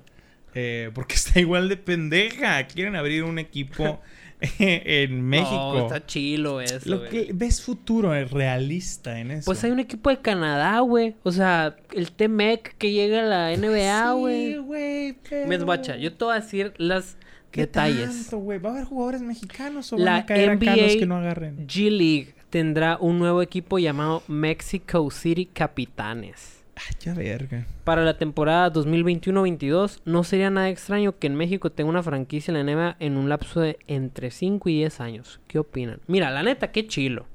Speaker 1: eh, porque está igual de pendeja. Quieren abrir un equipo en México.
Speaker 2: No, está chilo eso.
Speaker 1: Lo
Speaker 2: güey.
Speaker 1: que ves futuro es realista en eso.
Speaker 2: Pues hay un equipo de Canadá, güey. O sea, el T-Mec que llega a la NBA,
Speaker 1: Sí,
Speaker 2: güey.
Speaker 1: güey, pero-
Speaker 2: Mes guacha, yo te voy a decir las
Speaker 1: ¿Qué
Speaker 2: detalles.
Speaker 1: tanto, güey? ¿Va a haber jugadores mexicanos o
Speaker 2: La
Speaker 1: van a caer acá
Speaker 2: NBA
Speaker 1: los que no agarren?
Speaker 2: G League tendrá un nuevo equipo llamado Mexico City Capitanes.
Speaker 1: Ay, Ah, ya verga.
Speaker 2: Para la temporada 2021-22 no sería nada extraño que en México tenga una franquicia en la NBA en un lapso de entre 5 y 10 años. ¿Qué opinan? Mira, la neta, qué chilo.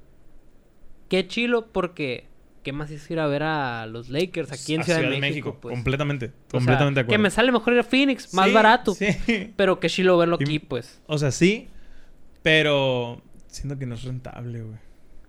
Speaker 2: Qué chilo porque... ¿Qué más es ir a ver a los Lakers aquí en
Speaker 1: A
Speaker 2: Ciudad, de México? pues?
Speaker 1: Completamente,
Speaker 2: O sea,
Speaker 1: completamente de
Speaker 2: Que
Speaker 1: acuerdo.
Speaker 2: me sale mejor ir a Phoenix, más
Speaker 1: Sí,
Speaker 2: barato.
Speaker 1: Sí.
Speaker 2: Pero qué chilo verlo
Speaker 1: Y-
Speaker 2: aquí, pues.
Speaker 1: O sea, sí, pero siento que no es rentable, güey.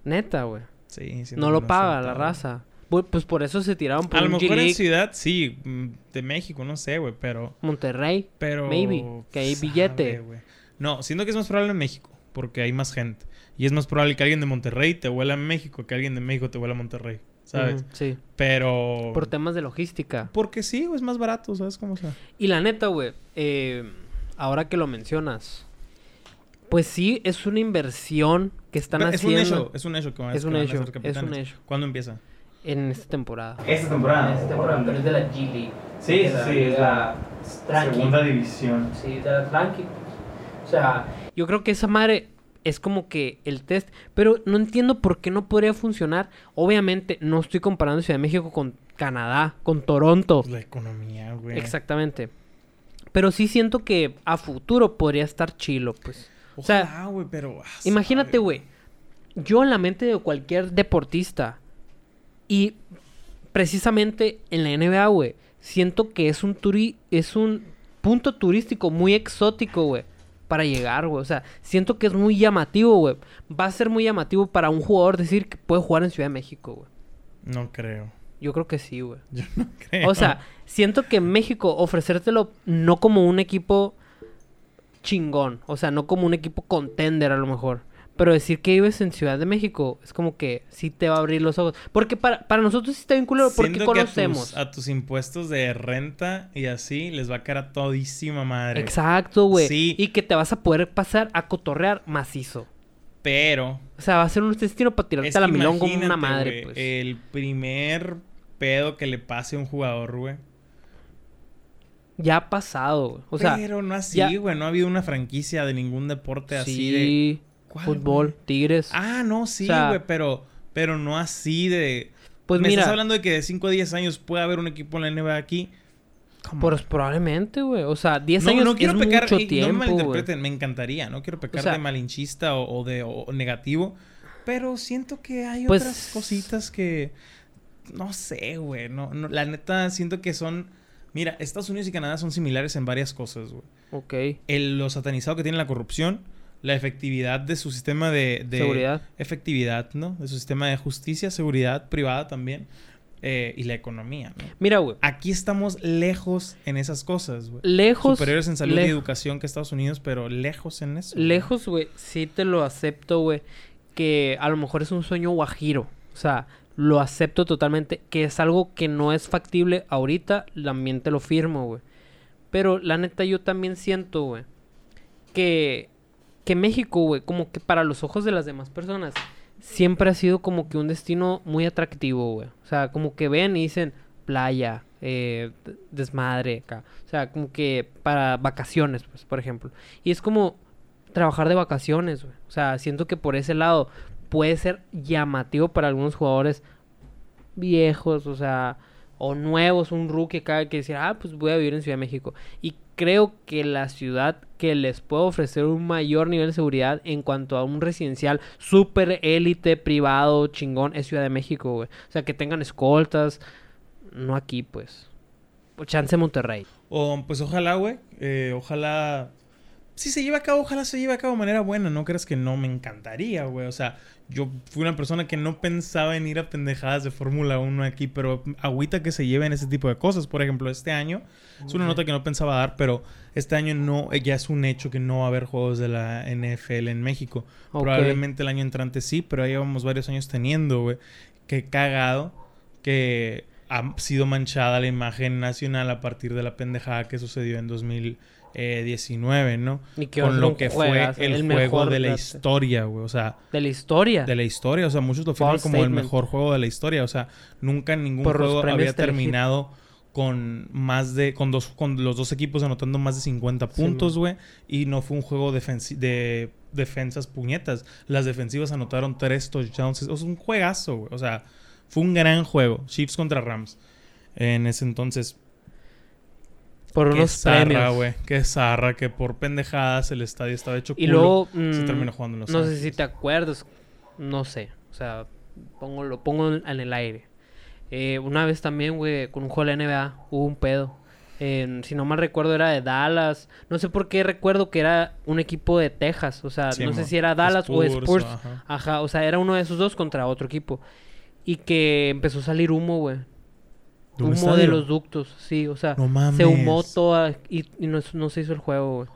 Speaker 2: Neta, güey.
Speaker 1: Sí, siento
Speaker 2: No
Speaker 1: que
Speaker 2: lo
Speaker 1: es
Speaker 2: paga la
Speaker 1: rentable.
Speaker 2: raza. Bu- Pues por eso se tiraron por
Speaker 1: A lo
Speaker 2: un G
Speaker 1: mejor en
Speaker 2: League,
Speaker 1: ciudad, sí, mm, de México, no sé, güey, pero...
Speaker 2: Monterrey.
Speaker 1: Pero...
Speaker 2: Maybe, que hay
Speaker 1: sabe,
Speaker 2: billete.
Speaker 1: güey. No, siento que es más probable en México, porque hay más gente. Y es más probable que alguien de Monterrey te vuela a México que alguien de México te vuela a Monterrey, ¿sabes?
Speaker 2: Ujú, sí.
Speaker 1: Pero...
Speaker 2: Por temas de logística.
Speaker 1: Porque sí, güey, es más barato, ¿sabes cómo sea?
Speaker 2: Y la neta, güey, eh, ahora que lo mencionas, pues sí, es una inversión que están
Speaker 1: Pero es un
Speaker 2: haciendo
Speaker 1: hecho, es un hecho que van a-
Speaker 2: Es un
Speaker 1: que van a
Speaker 2: hecho,
Speaker 1: ser
Speaker 2: es un
Speaker 1: capitanes.
Speaker 2: hecho.
Speaker 1: ¿Cuándo empieza?
Speaker 2: en esta temporada.
Speaker 1: Esta temporada.
Speaker 2: temporada, pero es de la G League.
Speaker 1: Sí, Es de la sí, es la división.
Speaker 2: Sí, de la Tranqui. O sea, yo creo que esa madre es como que el test, pero no entiendo por qué no podría funcionar. Obviamente, no estoy comparando Ciudad de México con Canadá, con Toronto.
Speaker 1: Pues La economía, güey.
Speaker 2: Exactamente. Pero sí siento que a futuro podría estar chilo, pues. O sea,
Speaker 1: Ojalá, güey, pero... ah,
Speaker 2: Imagínate,
Speaker 1: sabe.
Speaker 2: güey. Yo en la mente de cualquier deportista y precisamente en la NBA, güey, siento que es un turi es un punto turístico muy exótico, güey, para llegar, güey. O sea, siento que es muy llamativo, güey. Va a ser muy llamativo para un jugador decir que puede jugar en Ciudad de México, güey.
Speaker 1: No creo.
Speaker 2: Yo creo que sí, güey.
Speaker 1: Yo no creo.
Speaker 2: O sea, siento que México ofrecértelo no como un equipo chingón, o sea, no como un equipo contender a lo mejor. Pero decir que vives en Ciudad de México es como que sí te va a abrir los ojos. Porque para, para nosotros sí está bien culero porque
Speaker 1: Siento que a tus-
Speaker 2: conocemos.
Speaker 1: A tus, impuestos de renta y así les va a caer a todísima madre.
Speaker 2: Exacto, güey.
Speaker 1: Sí.
Speaker 2: Y que te vas a poder pasar a cotorrear macizo.
Speaker 1: Pero.
Speaker 2: O sea, va a ser un destino para tirarte
Speaker 1: es
Speaker 2: a la
Speaker 1: que
Speaker 2: milón con una
Speaker 1: imagínate,
Speaker 2: madre,
Speaker 1: güey, eh,
Speaker 2: pues.
Speaker 1: El primer pedo que le pase a un jugador, güey.
Speaker 2: Ya ha pasado, güey. O sea,
Speaker 1: pero no así,
Speaker 2: ya-
Speaker 1: güey. No ha habido una franquicia de ningún deporte así de.
Speaker 2: sí,
Speaker 1: ¿Cuál,
Speaker 2: fútbol,
Speaker 1: güey?
Speaker 2: tigres.
Speaker 1: Ah, no, sí,
Speaker 2: O
Speaker 1: güey,
Speaker 2: sea-
Speaker 1: pero. Pero no así de.
Speaker 2: pues
Speaker 1: Me
Speaker 2: mira.
Speaker 1: estás hablando de que de 5 a 10 años puede haber un equipo en la NBA aquí. Come
Speaker 2: Pues
Speaker 1: on.
Speaker 2: probablemente, güey. O sea, 10
Speaker 1: no,
Speaker 2: años
Speaker 1: no quiero
Speaker 2: es
Speaker 1: pecar,
Speaker 2: mucho
Speaker 1: y no me
Speaker 2: tiempo, güey.
Speaker 1: malinterpreten, me encantaría, no quiero pecar
Speaker 2: O sea-
Speaker 1: de malinchista o, o de o- o negativo, pero siento que hay
Speaker 2: Pues-
Speaker 1: otras cositas que no sé, güey, no, no, la neta siento que son mira, Estados Unidos y Canadá son similares en varias cosas, güey.
Speaker 2: Ok.
Speaker 1: El, lo satanizado que tiene la corrupción, la efectividad de su sistema de, de-
Speaker 2: Seguridad.
Speaker 1: efectividad, ¿no? De su sistema de justicia, seguridad privada también eh, y la economía, ¿no?
Speaker 2: Mira, güey.
Speaker 1: Aquí estamos lejos en esas cosas, güey
Speaker 2: Lejos.
Speaker 1: superiores en salud
Speaker 2: le-
Speaker 1: y educación que Estados Unidos, pero lejos en eso. güey.
Speaker 2: Lejos, güey. Sí te lo acepto, güey. Que a lo mejor es un sueño guajiro. O sea, lo acepto totalmente. Que es algo que no es factible ahorita. También te lo firmo, güey. Pero la neta, yo también siento, güey. Que. Que México, güey, como que para los ojos de las demás personas, siempre ha sido como que un destino muy atractivo, güey. O sea, como que ven y dicen playa, eh, d- desmadre, acá. O sea, como que para vacaciones, pues, por ejemplo. Y es como trabajar de vacaciones, güey. O sea, siento que por ese lado puede ser llamativo para algunos jugadores viejos, o sea, o nuevos, un rookie acá que decir, ah, pues voy a vivir en Ciudad de México. Y creo que la ciudad que les puede ofrecer un mayor nivel de seguridad en cuanto a un residencial súper élite, privado, chingón, es Ciudad de México, güey. O sea, que tengan escoltas. No aquí, pues. O chance Monterrey.
Speaker 1: O, pues ojalá, güey. eh, ojalá. Si se lleva a cabo, ojalá se lleve a cabo de manera buena. No creas que no me encantaría, güey. O sea, yo fui una persona que no pensaba en ir a pendejadas de Fórmula 1 aquí, pero agüita que se lleven ese tipo de cosas. Por ejemplo, este año, es una nota que no pensaba dar, pero este año no, eh, ya es un hecho que no va a haber juegos de la NFL en México.
Speaker 2: Ok.
Speaker 1: Probablemente el año entrante sí, pero ahí llevamos varios años teniendo, güey. Qué cagado que ha sido manchada la imagen nacional a partir de la pendejada que sucedió en 2019, ¿no?
Speaker 2: Y que
Speaker 1: Con
Speaker 2: otro
Speaker 1: lo que fue
Speaker 2: juegazo,
Speaker 1: el,
Speaker 2: el
Speaker 1: juego
Speaker 2: mejor
Speaker 1: de la
Speaker 2: draft.
Speaker 1: historia, güey. O sea,
Speaker 2: De la historia.
Speaker 1: de la historia. O sea, muchos lo firman
Speaker 2: False
Speaker 1: como el
Speaker 2: statement.
Speaker 1: mejor juego de la historia. O sea, nunca ningún
Speaker 2: Por los
Speaker 1: juego
Speaker 2: premios
Speaker 1: había
Speaker 2: del hit.
Speaker 1: terminado con más de. con dos, con los dos equipos anotando más de 50 puntos, güey. y no fue un juego defensi- de defensas puñetas. Las defensivas anotaron tres touchdowns. O sea, un juegazo, güey. O sea, fue un gran juego. Chiefs contra Rams. En ese entonces,
Speaker 2: por
Speaker 1: qué
Speaker 2: unos
Speaker 1: zarra,
Speaker 2: premios.
Speaker 1: güey. Qué zarra, que por pendejadas el estadio estaba hecho
Speaker 2: Y
Speaker 1: culo,
Speaker 2: luego.
Speaker 1: se
Speaker 2: mm,
Speaker 1: terminó jugando en Los
Speaker 2: no sé
Speaker 1: Ángeles.
Speaker 2: si te acuerdas. No sé. O sea, pongo, lo pongo en, en el aire. Eh, una vez también, güey, con un juego de la NBA hubo un pedo. En- si no mal recuerdo, era de Dallas. No sé por qué recuerdo que era un equipo de Texas. O sea,
Speaker 1: Sí,
Speaker 2: no sé
Speaker 1: mo.
Speaker 2: si era Dallas o Spurs.
Speaker 1: ajá.
Speaker 2: Ajá, o sea, era uno de esos dos contra otro equipo. Y que empezó a salir humo, güey.
Speaker 1: ¿De un
Speaker 2: Humo de
Speaker 1: estadio?
Speaker 2: los ductos, sí, o sea,
Speaker 1: No mames.
Speaker 2: se humó toda y, y no, es- no se hizo el juego, güey.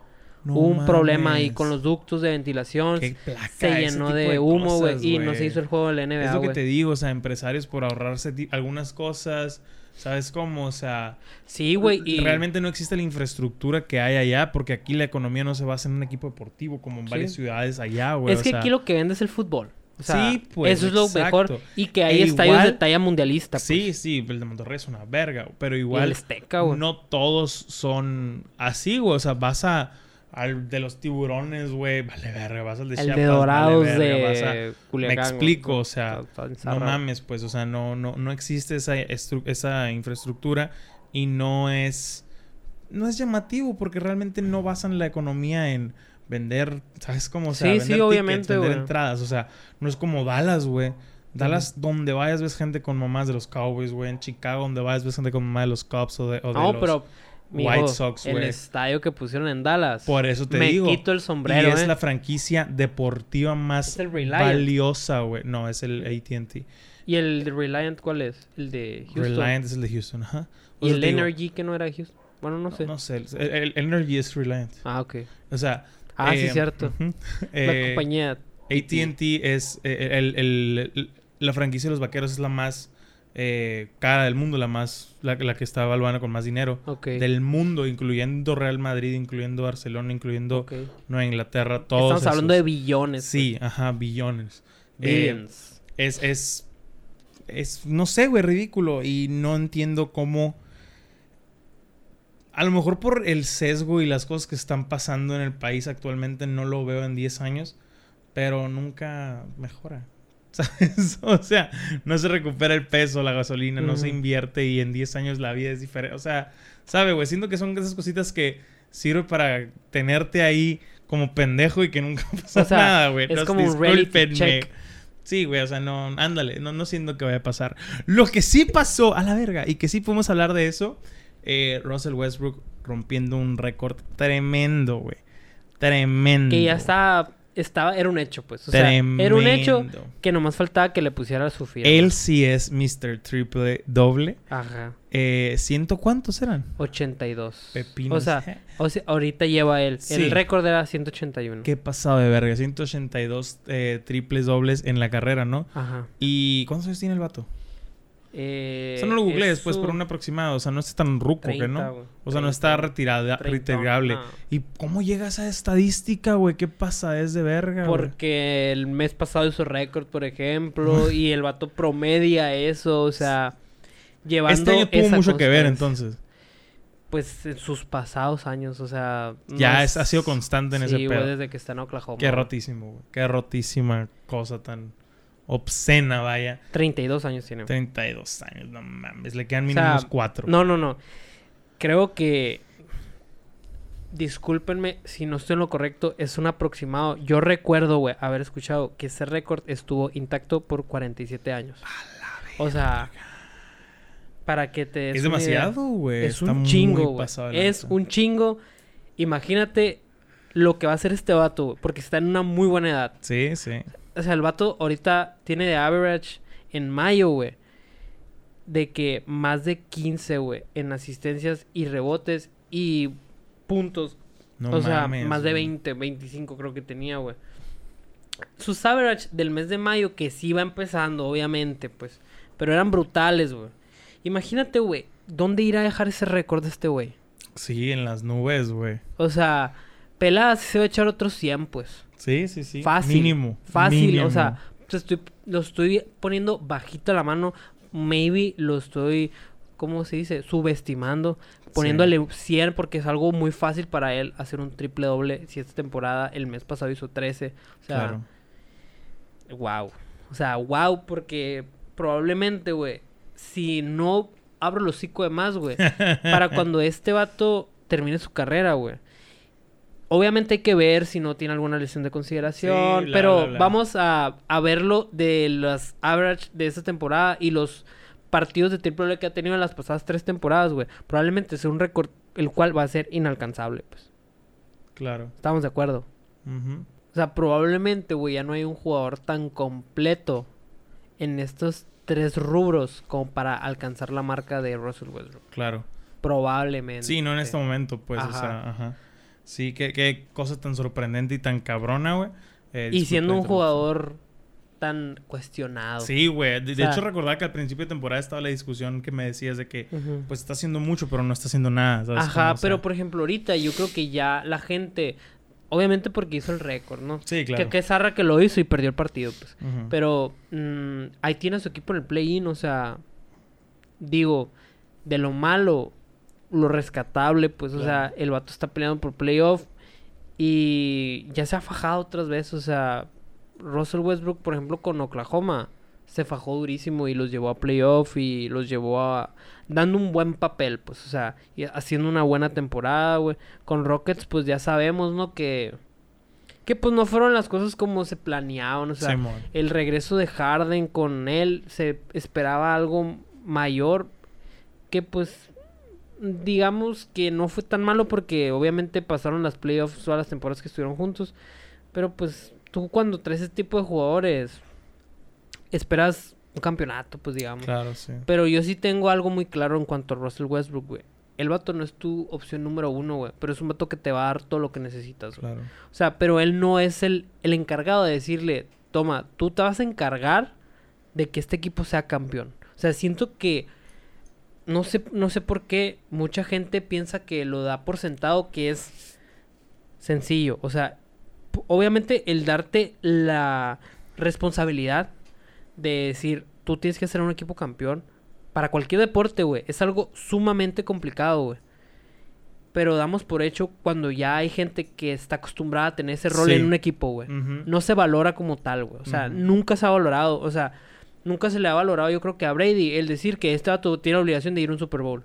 Speaker 1: No
Speaker 2: Hubo un problema ahí
Speaker 1: mames.
Speaker 2: con los ductos de ventilación.
Speaker 1: Qué placa,
Speaker 2: Se
Speaker 1: ese
Speaker 2: llenó
Speaker 1: tipo
Speaker 2: de,
Speaker 1: de
Speaker 2: humo, güey,
Speaker 1: cosas,
Speaker 2: y no se
Speaker 1: güey.
Speaker 2: hizo el juego de la NBA,
Speaker 1: Es lo que
Speaker 2: güey.
Speaker 1: te digo, o sea, empresarios por ahorrarse ti- algunas cosas, ¿sabes cómo? O sea,
Speaker 2: Sí, güey, y
Speaker 1: realmente no existe la infraestructura que hay allá, porque aquí la economía no se basa en un equipo deportivo como en
Speaker 2: Sí.
Speaker 1: varias ciudades allá, güey.
Speaker 2: es
Speaker 1: o
Speaker 2: que
Speaker 1: sea,
Speaker 2: aquí lo que vende es el fútbol. O sea,
Speaker 1: Sí, pues,
Speaker 2: eso es lo
Speaker 1: exacto.
Speaker 2: mejor y que hay
Speaker 1: E
Speaker 2: estadios de
Speaker 1: igual-
Speaker 2: talla mundialista. pues.
Speaker 1: Sí, sí, el de Monterrey es una verga, pero
Speaker 2: Y
Speaker 1: igual
Speaker 2: el Azteca, güey.
Speaker 1: no todos son así, güey. O sea, vas a, al de los tiburones, güey, vale verga, vas al de
Speaker 2: el
Speaker 1: Chiapas,
Speaker 2: de
Speaker 1: vale
Speaker 2: Dorados
Speaker 1: verga, vas a-
Speaker 2: de Culiacán.
Speaker 1: Me
Speaker 2: güey.
Speaker 1: explico, o sea,
Speaker 2: Está- está en
Speaker 1: No
Speaker 2: zarra.
Speaker 1: mames, pues, o sea, no, no, no existe esa, estru- esa infraestructura y no es, no es llamativo porque realmente no basan la economía en vender, ¿sabes cómo? O sea,
Speaker 2: Sí, sí,
Speaker 1: vender tickets,
Speaker 2: obviamente,
Speaker 1: vender
Speaker 2: güey.
Speaker 1: entradas, o sea, no es como Dallas, güey. Dallas, donde vayas, ves gente con mamás de los Cowboys, güey. En Chicago, donde vayas, ves gente con mamás de los Cubs o de, o de
Speaker 2: No,
Speaker 1: los...
Speaker 2: pero mijo,
Speaker 1: White Sox,
Speaker 2: el
Speaker 1: güey.
Speaker 2: estadio que pusieron en Dallas.
Speaker 1: Por eso te
Speaker 2: me
Speaker 1: digo.
Speaker 2: quito el sombrero,
Speaker 1: Y es
Speaker 2: eh.
Speaker 1: la franquicia deportiva más
Speaker 2: Es el Reliant.
Speaker 1: valiosa, güey. No, es el AT&T.
Speaker 2: ¿Y el de Reliant cuál es? El de Houston.
Speaker 1: Reliant es el de Houston, ajá. O
Speaker 2: y
Speaker 1: sea,
Speaker 2: el
Speaker 1: te digo,
Speaker 2: Energy que no era de Houston. Bueno, no sé.
Speaker 1: No sé, el, el- el Energy es Reliant.
Speaker 2: Ah, ok.
Speaker 1: O sea.
Speaker 2: Ah, sí,
Speaker 1: eh,
Speaker 2: cierto.
Speaker 1: ujú.
Speaker 2: la
Speaker 1: Eh,
Speaker 2: compañía.
Speaker 1: ATT es. eh, el- el- el- la franquicia de los vaqueros es la más eh, cara del mundo, la más la, la que está valuada con más dinero
Speaker 2: Ok.
Speaker 1: del mundo, incluyendo Real Madrid, incluyendo Barcelona, incluyendo
Speaker 2: ok.
Speaker 1: Nueva Inglaterra, todos.
Speaker 2: Estamos hablando de
Speaker 1: esos.
Speaker 2: billones. pues.
Speaker 1: Sí, ajá, billones.
Speaker 2: güey.
Speaker 1: Eh,
Speaker 2: Billions.
Speaker 1: es, es, es, no sé, güey, ridículo. Y no entiendo cómo... A lo mejor por el sesgo y las cosas que están pasando en el país actualmente no lo veo en 10 años, pero nunca mejora. ¿Sabes? O sea, no se recupera el peso, la gasolina, no se
Speaker 2: Ujú.
Speaker 1: invierte y en 10 años la vida es diferente. O sea, ¿sabe, güey? Siento que son esas cositas que sirven para tenerte ahí como pendejo y que nunca pasa
Speaker 2: sea,
Speaker 1: nada, güey.
Speaker 2: es
Speaker 1: Nos
Speaker 2: como un reality check.
Speaker 1: Sí, güey, o sea, no, ándale, no, no siento que vaya a pasar. Lo que sí pasó, a la verga, y que sí podemos hablar de eso, eh, Russell Westbrook rompiendo un récord tremendo, güey. Tremendo.
Speaker 2: que ya estaba, estaba, era un hecho, pues. O sea, era un hecho
Speaker 1: Tremendo.
Speaker 2: que nomás faltaba que le pusiera su firma.
Speaker 1: Él sí es Mr. Triple Doble.
Speaker 2: Ajá.
Speaker 1: Eh, ¿Ciento cuántos eran?
Speaker 2: 82.
Speaker 1: Pepinos. ¿eh?
Speaker 2: O sea, o sea, ahorita lleva él.
Speaker 1: Sí.
Speaker 2: El récord era 181.
Speaker 1: Qué pasado de verga. 182 eh, triples dobles en la carrera, ¿no?
Speaker 2: Ajá.
Speaker 1: ¿Y cuántos años tiene el vato?
Speaker 2: Eh,
Speaker 1: o sea, no lo googleé
Speaker 2: es
Speaker 1: después,
Speaker 2: su
Speaker 1: por un aproximado. O sea, no está tan ruco, que
Speaker 2: 30,
Speaker 1: ¿no?
Speaker 2: güey.
Speaker 1: O sea, no
Speaker 2: 30,
Speaker 1: está retirada,
Speaker 2: 30,
Speaker 1: retirable.
Speaker 2: no.
Speaker 1: ¿Y cómo llega esa estadística, güey? ¿Qué pasa? Es de verga, güey.
Speaker 2: Porque el mes pasado hizo récord, por ejemplo, y el vato promedia eso, o sea, llevando
Speaker 1: Este año tuvo
Speaker 2: esa
Speaker 1: mucho que ver,
Speaker 2: constancia.
Speaker 1: entonces.
Speaker 2: Pues en sus pasados años, o sea... no
Speaker 1: Ya es- ha sido constante en
Speaker 2: sí,
Speaker 1: ese
Speaker 2: güey,
Speaker 1: pedo.
Speaker 2: desde que está en Oklahoma.
Speaker 1: Qué
Speaker 2: güey.
Speaker 1: rotísimo, güey. Qué rotísima cosa tan obscena, vaya.
Speaker 2: 32 años tiene.
Speaker 1: 32 años, no mames, le quedan
Speaker 2: O sea,
Speaker 1: mínimo unos 4.
Speaker 2: No, no, no. Creo que. Discúlpenme si no estoy en lo correcto, es un aproximado. Yo recuerdo, güey, haber escuchado que ese récord estuvo intacto por 47 años. O sea, para que te. des
Speaker 1: es
Speaker 2: una idea,
Speaker 1: demasiado, güey.
Speaker 2: Es
Speaker 1: está
Speaker 2: un
Speaker 1: muy
Speaker 2: chingo, güey.
Speaker 1: pasado de
Speaker 2: Es
Speaker 1: lanza.
Speaker 2: un chingo. Imagínate lo que va a hacer este vato, güey, porque está en una muy buena edad.
Speaker 1: Sí, sí.
Speaker 2: O sea, el vato ahorita tiene de average en mayo, güey. De que más de 15, güey, en asistencias y rebotes y puntos.
Speaker 1: No
Speaker 2: o sea,
Speaker 1: mames,
Speaker 2: más de
Speaker 1: güey.
Speaker 2: 20, 25 creo que tenía, güey. Sus average del mes de mayo, que sí va empezando, obviamente, pues. Pero eran brutales, güey. Imagínate, güey, ¿dónde irá a dejar ese récord de este güey?
Speaker 1: Sí, en las nubes, güey.
Speaker 2: O sea, pelada sí se va a echar otros 100, pues.
Speaker 1: Sí, sí, sí.
Speaker 2: Fácil.
Speaker 1: Mínimo.
Speaker 2: Fácil,
Speaker 1: mínimo.
Speaker 2: o sea, te estoy, lo estoy poniendo bajito a la mano. Maybe lo estoy, ¿cómo se dice? Subestimando. Poniéndole 100 porque es algo muy fácil para él hacer un triple doble. Si esta temporada, el mes pasado hizo 13. O sea,
Speaker 1: Claro.
Speaker 2: wow. O sea, wow, porque probablemente, güey, si no abro los hocico de más, güey, para cuando este vato termine su carrera, güey. Obviamente hay que ver si no tiene alguna lesión de consideración,
Speaker 1: Sí, bla,
Speaker 2: pero
Speaker 1: bla, bla.
Speaker 2: vamos a, a verlo de las average de esta temporada y los partidos de triple doble que ha tenido en las pasadas tres temporadas, güey. Probablemente sea un récord el cual va a ser inalcanzable, pues.
Speaker 1: Claro.
Speaker 2: Estamos de acuerdo.
Speaker 1: Ujú.
Speaker 2: O sea, probablemente, güey, ya no hay un jugador tan completo en estos tres rubros como para alcanzar la marca de Russell Westbrook.
Speaker 1: Claro.
Speaker 2: Probablemente.
Speaker 1: Sí, no en este momento, pues, o
Speaker 2: eh, Ajá.
Speaker 1: sea, ajá. Sí, qué, qué cosa tan sorprendente y tan cabrona, güey. Eh,
Speaker 2: Y
Speaker 1: disculpa
Speaker 2: siendo
Speaker 1: la
Speaker 2: un
Speaker 1: interrupción.
Speaker 2: jugador tan cuestionado.
Speaker 1: Sí, güey. De, de
Speaker 2: sea-
Speaker 1: hecho, recordaba que al principio de temporada estaba la discusión que me decías de que,
Speaker 2: Ujú.
Speaker 1: pues, está haciendo mucho, pero no está haciendo nada. ¿sabes?
Speaker 2: Ajá,
Speaker 1: Como, o sea,
Speaker 2: pero por ejemplo, ahorita yo creo que ya la gente. Obviamente porque hizo el récord, ¿no?
Speaker 1: Sí,
Speaker 2: Que-
Speaker 1: claro.
Speaker 2: Que, es Zarra que lo hizo y perdió el partido, pues.
Speaker 1: Ujú.
Speaker 2: Pero mm, ahí tiene a su equipo en el play-in, o sea, digo, de lo malo, lo rescatable, pues, o sea, el vato está peleando por playoff y ya se ha fajado otras veces, o sea, Russell Westbrook, por ejemplo, con Oklahoma, se fajó durísimo y los llevó a playoff y los llevó a... dando un buen papel, pues, o sea, y haciendo una buena temporada, güey. Con Rockets, pues ya sabemos, ¿no? Que... Que pues no fueron las cosas como se planeaban, o sea,
Speaker 1: Simón.
Speaker 2: el regreso de Harden con él se esperaba algo mayor que pues digamos que no fue tan malo porque obviamente pasaron las playoffs todas las temporadas que estuvieron juntos pero pues tú cuando traes ese tipo de jugadores esperas un campeonato pues digamos
Speaker 1: Claro, sí.
Speaker 2: pero yo sí tengo algo muy claro en cuanto a Russell Westbrook güey el vato no es tu opción número uno güey pero es un vato que te va a dar todo lo que necesitas güey.
Speaker 1: Claro.
Speaker 2: O sea, pero él no es el, el encargado de decirle, toma, tú te vas a encargar de que este equipo sea campeón. O sea, siento que no sé, no sé por qué mucha gente piensa que lo da por sentado que es sencillo. O sea, p- obviamente el darte la responsabilidad de decir, tú tienes que ser un equipo campeón. Para cualquier deporte, güey, es algo sumamente complicado, güey pero damos por hecho cuando ya hay gente que está acostumbrada a tener ese rol
Speaker 1: Sí.
Speaker 2: en un equipo, güey.
Speaker 1: Ujú.
Speaker 2: No se valora como tal, güey. O sea,
Speaker 1: Ujú.
Speaker 2: nunca se ha valorado. O sea, nunca se le ha valorado, yo creo que a Brady, el decir que este vato tiene la obligación de ir a un Super Bowl.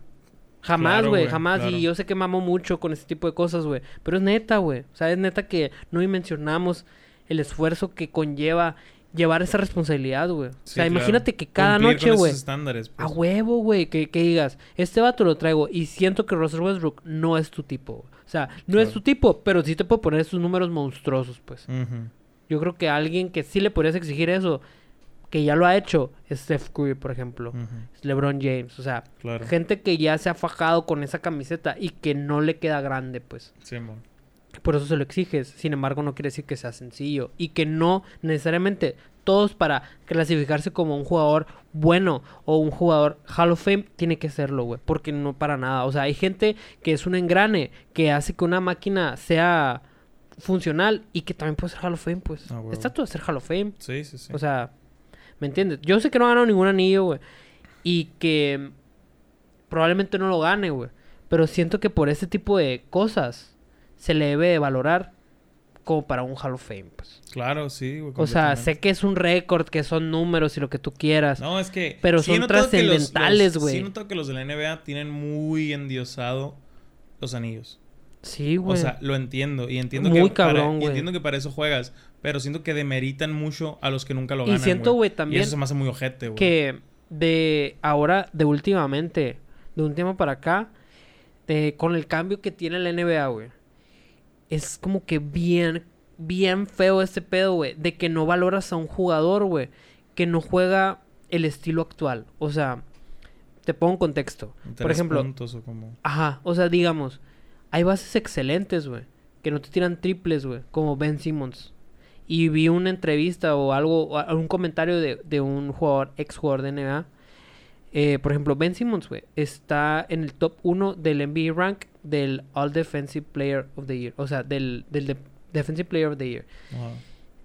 Speaker 2: Jamás,
Speaker 1: Claro,
Speaker 2: güey,
Speaker 1: güey,
Speaker 2: jamás.
Speaker 1: claro.
Speaker 2: Y yo sé que mamo mucho con este tipo de cosas, güey. Pero es neta, güey. O sea, es neta que no dimensionamos el esfuerzo que conlleva llevar esa responsabilidad, güey. o
Speaker 1: Sí,
Speaker 2: sea,
Speaker 1: claro.
Speaker 2: imagínate que cada
Speaker 1: Cumplir
Speaker 2: noche,
Speaker 1: con esos
Speaker 2: güey. Ah,
Speaker 1: estándares,
Speaker 2: A
Speaker 1: pues.
Speaker 2: huevo, güey, que, que digas, este vato lo traigo y siento que Russell Westbrook no es tu tipo. güey. O sea, no es
Speaker 1: Claro.
Speaker 2: tu tipo, pero sí te puedo poner sus números monstruosos, pues.
Speaker 1: Ujú.
Speaker 2: Yo creo que alguien que sí le podrías exigir eso, que ya lo ha hecho, es Steph Curry, por ejemplo.
Speaker 1: Ujú.
Speaker 2: es LeBron James, o sea,
Speaker 1: Mm. Claro.
Speaker 2: gente que ya se ha fajado con esa camiseta y que no le queda grande, pues.
Speaker 1: Simón.
Speaker 2: Por eso se lo exiges. Sin embargo, no quiere decir que sea sencillo y que no necesariamente todos para clasificarse como un jugador bueno o un jugador Hall of Fame tiene que serlo, güey, porque no para nada. O sea, hay gente que es un engrane que hace que una máquina sea funcional y que también puede ser Hall of Fame, pues.
Speaker 1: Ah, huevo.
Speaker 2: Está todo de ser Hall of Fame.
Speaker 1: Sí, sí, sí.
Speaker 2: O sea, ¿me entiendes? Yo sé que no ganó ningún anillo, güey. Y que probablemente no lo gane, güey. Pero siento que por este tipo de cosas se le debe de valorar como para un Hall of Fame, pues.
Speaker 1: Claro, sí, güey.
Speaker 2: O sea,
Speaker 1: completamente.
Speaker 2: sé que es un récord, que son números y lo que tú quieras.
Speaker 1: No, es que.
Speaker 2: Pero
Speaker 1: he
Speaker 2: son
Speaker 1: notado que los- los-
Speaker 2: trascendentales,
Speaker 1: Sí,
Speaker 2: güey.
Speaker 1: he notado que los de la NBA tienen muy endiosado los anillos.
Speaker 2: Sí, güey.
Speaker 1: O sea, lo entiendo. Y entiendo
Speaker 2: Muy
Speaker 1: que. para-
Speaker 2: cabrón,
Speaker 1: y
Speaker 2: güey.
Speaker 1: entiendo que para eso juegas. Pero siento que demeritan mucho a los que nunca lo
Speaker 2: Y
Speaker 1: ganan.
Speaker 2: siento, güey,
Speaker 1: Y
Speaker 2: también
Speaker 1: eso se me hace muy ojete, güey.
Speaker 2: que de ahora, de últimamente, de un tiempo para acá, eh, con el cambio que tiene la NBA, güey, es como que bien, bien feo ese pedo, güey, de que no valoras a un jugador, güey, que no juega el estilo actual. O sea, te pongo en contexto. Por
Speaker 1: Tres
Speaker 2: ejemplo,
Speaker 1: puntos o como-
Speaker 2: Ajá, o sea, digamos, hay bases excelentes, güey, que no te tiran triples, güey, como Ben Simmons. Y vi una entrevista o algo, o a- un comentario de, de un jugador, ex jugador de NBA. Eh, por ejemplo, Ben Simmons, güey, está en el top 1 del NBA rank del All Defensive Player of the Year. O sea, del, del de- Defensive Player of the Year.
Speaker 1: Ajá.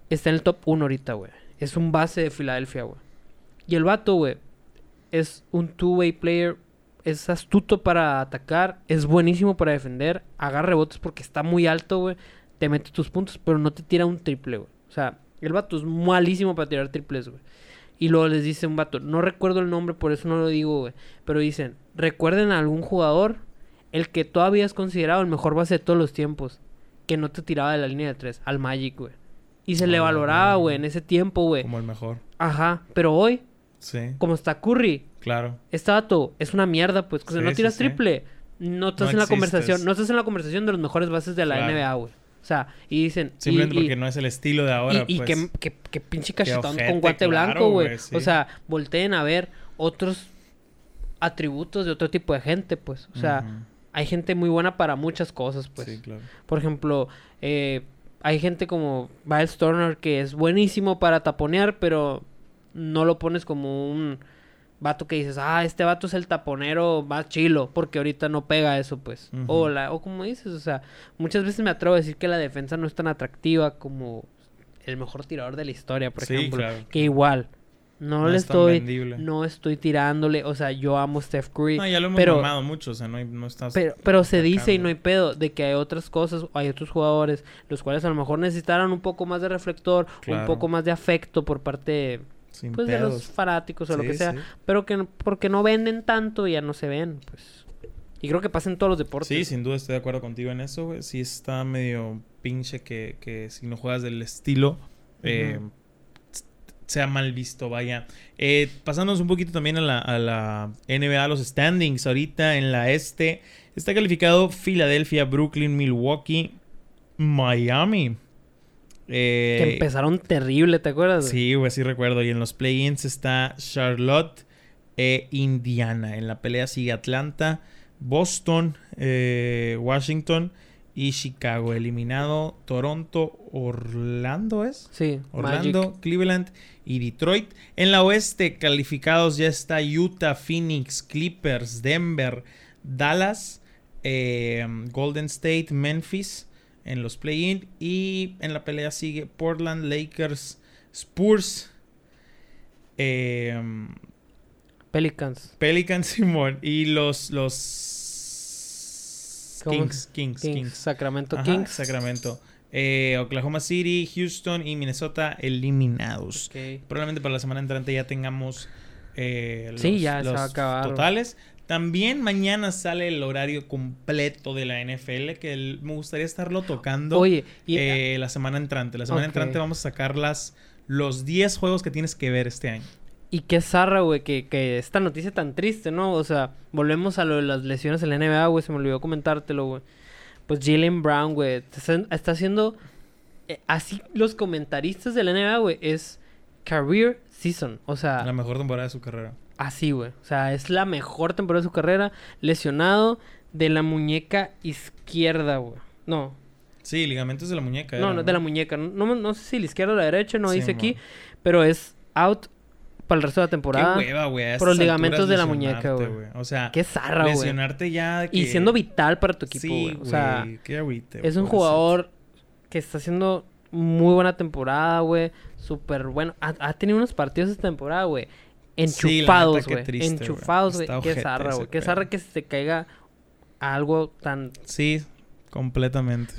Speaker 2: Está en el top 1 ahorita, güey. Es un base de Filadelfia, güey. Y el vato, güey, es un two-way player. Es astuto para atacar. Es buenísimo para defender. Agarra rebotes porque está muy alto, güey. Te mete tus puntos, pero no te tira un triple, güey. O sea, el vato es malísimo para tirar triples, güey. Y luego les dice un vato, no recuerdo el nombre, por eso no lo digo, güey. Pero dicen, recuerden a algún jugador, el que todavía es considerado el mejor base de todos los tiempos, que no te tiraba de la línea de tres, al Magic, güey. Y se le
Speaker 1: Ah,
Speaker 2: valoraba, güey, en ese tiempo, güey.
Speaker 1: Como el mejor.
Speaker 2: Ajá, pero hoy,
Speaker 1: Sí,
Speaker 2: como está Curry,
Speaker 1: claro.
Speaker 2: este vato es una mierda, pues. O sea,
Speaker 1: Sí,
Speaker 2: no
Speaker 1: sí,
Speaker 2: tiras
Speaker 1: sí.
Speaker 2: triple. No estás
Speaker 1: No
Speaker 2: en la
Speaker 1: existes.
Speaker 2: conversación. No estás en la conversación de los mejores bases de la
Speaker 1: Claro.
Speaker 2: NBA, güey. O sea, y dicen. y-
Speaker 1: Simplemente
Speaker 2: y-
Speaker 1: porque no es el estilo de ahora,
Speaker 2: y, y
Speaker 1: pues.
Speaker 2: qué, qué- qué pinche cachetón
Speaker 1: ojete,
Speaker 2: con guante
Speaker 1: claro,
Speaker 2: blanco, güey.
Speaker 1: güey, sí.
Speaker 2: O sea, volteen a ver otros atributos de otro tipo de gente, pues. O sea,
Speaker 1: Ujú.
Speaker 2: hay gente muy buena para muchas cosas, pues.
Speaker 1: Sí, claro.
Speaker 2: Por ejemplo, eh, hay gente como Miles Turner que es buenísimo para taponear, pero no lo pones como un vato que dices, ah, este vato es el taponero más chilo, porque ahorita no pega eso, pues.
Speaker 1: Ujú.
Speaker 2: o, la, o como dices, o sea, muchas veces me atrevo a decir que la defensa no es tan atractiva como el mejor tirador de la historia, por
Speaker 1: Sí,
Speaker 2: ejemplo.
Speaker 1: claro.
Speaker 2: Que igual, no,
Speaker 1: No
Speaker 2: le
Speaker 1: es tan
Speaker 2: estoy,
Speaker 1: vendible.
Speaker 2: no estoy tirándole, o sea, yo amo a Steph Curry.
Speaker 1: No, ya lo hemos
Speaker 2: pero-
Speaker 1: mamado mucho, o sea, no, hay- no estás...
Speaker 2: pero, pero se dice y
Speaker 1: sacando.
Speaker 2: no hay pedo de que hay otras cosas, o hay otros jugadores, los cuales a lo mejor necesitaron un poco más de reflector, un
Speaker 1: Claro.
Speaker 2: poco más de afecto por parte
Speaker 1: sin
Speaker 2: pues, de los
Speaker 1: pedos.
Speaker 2: fanáticos o lo
Speaker 1: Sí,
Speaker 2: que sea,
Speaker 1: sí.
Speaker 2: pero que no- porque no venden tanto ya no se ven, pues. Y creo que pasa en todos los deportes.
Speaker 1: Sí, sin duda estoy de acuerdo contigo en eso, güey. Sí está medio pinche que, que si no juegas del estilo, eh,
Speaker 2: Ujú.
Speaker 1: s- sea mal visto, vaya. Eh, pasándonos un poquito también a la, a la NBA, los standings ahorita en la este. Está calificado Filadelfia, Brooklyn, Milwaukee, Miami. Eh,
Speaker 2: que empezaron terrible, ¿te acuerdas? güey?
Speaker 1: Sí, güey, sí recuerdo. Y en los play-ins está Charlotte e Indiana. En la pelea sigue Atlanta, Boston, eh, Washington y Chicago. Eliminado Toronto, Orlando es.
Speaker 2: Sí,
Speaker 1: Orlando,
Speaker 2: Magic.
Speaker 1: Cleveland y Detroit. En la oeste, calificados ya está Utah, Phoenix, Clippers, Denver, Dallas, eh, Golden State, Memphis en los play-in. Y en la pelea sigue Portland, Lakers, Spurs, eh,
Speaker 2: Pelicans.
Speaker 1: Pelicans, Simón y los, los
Speaker 2: ¿Cómo?
Speaker 1: Kings, Kings,
Speaker 2: Kings,
Speaker 1: Kings.
Speaker 2: Sacramento
Speaker 1: Ajá,
Speaker 2: Kings.
Speaker 1: Sacramento. Eh, Oklahoma City, Houston y Minnesota eliminados.
Speaker 2: Ok.
Speaker 1: Probablemente para la semana entrante ya tengamos eh,
Speaker 2: Sí, ya se va a acabar.
Speaker 1: totales. También mañana sale el horario completo de la NFL, que el- me gustaría estarlo tocando
Speaker 2: Oye, y
Speaker 1: eh, la semana entrante. La semana
Speaker 2: Ok.
Speaker 1: entrante vamos a sacar las, los 10 juegos que tienes que ver este año.
Speaker 2: Y qué zarra, güey, que, que esta noticia tan triste, ¿no? O sea, volvemos a lo de las lesiones en la NBA, güey, se me olvidó comentártelo, güey. Pues Jalen Brown, güey, te están- está haciendo... eh, así los comentaristas de la NBA, güey, es career season. O sea,
Speaker 1: La mejor temporada de su carrera.
Speaker 2: así, güey. O sea, es la mejor temporada de su carrera, lesionado de la muñeca izquierda, güey. No,
Speaker 1: Sí, ligamentos de la muñeca.
Speaker 2: no,
Speaker 1: era,
Speaker 2: no de la muñeca. No, no, no sé si la izquierda o la derecha, no
Speaker 1: Sí,
Speaker 2: dice aquí,
Speaker 1: mo.
Speaker 2: pero es out para el resto de la
Speaker 1: Qué
Speaker 2: temporada.
Speaker 1: hueva, güey. a
Speaker 2: por los
Speaker 1: estas alturas
Speaker 2: ligamentos de la muñeca,
Speaker 1: lesionarte,
Speaker 2: güey.
Speaker 1: O sea,
Speaker 2: Qué zarra, güey.
Speaker 1: lesionarte ya. de
Speaker 2: Y
Speaker 1: que-
Speaker 2: siendo vital para tu equipo,
Speaker 1: Sí,
Speaker 2: güey. O sea,
Speaker 1: güey, qué agüite,
Speaker 2: es un
Speaker 1: pobrecito.
Speaker 2: jugador que está haciendo muy buena temporada, güey. Súper bueno. Ha, ha tenido unos partidos esta temporada, güey.
Speaker 1: Sí, la neta,
Speaker 2: Enchufados,
Speaker 1: qué
Speaker 2: güey.
Speaker 1: triste, güey.
Speaker 2: Enchufados, güey.
Speaker 1: Está
Speaker 2: Qué
Speaker 1: ojete
Speaker 2: zarra,
Speaker 1: ese
Speaker 2: güey. Qué
Speaker 1: pedo.
Speaker 2: zarra que se te caiga algo tan...
Speaker 1: Sí, completamente.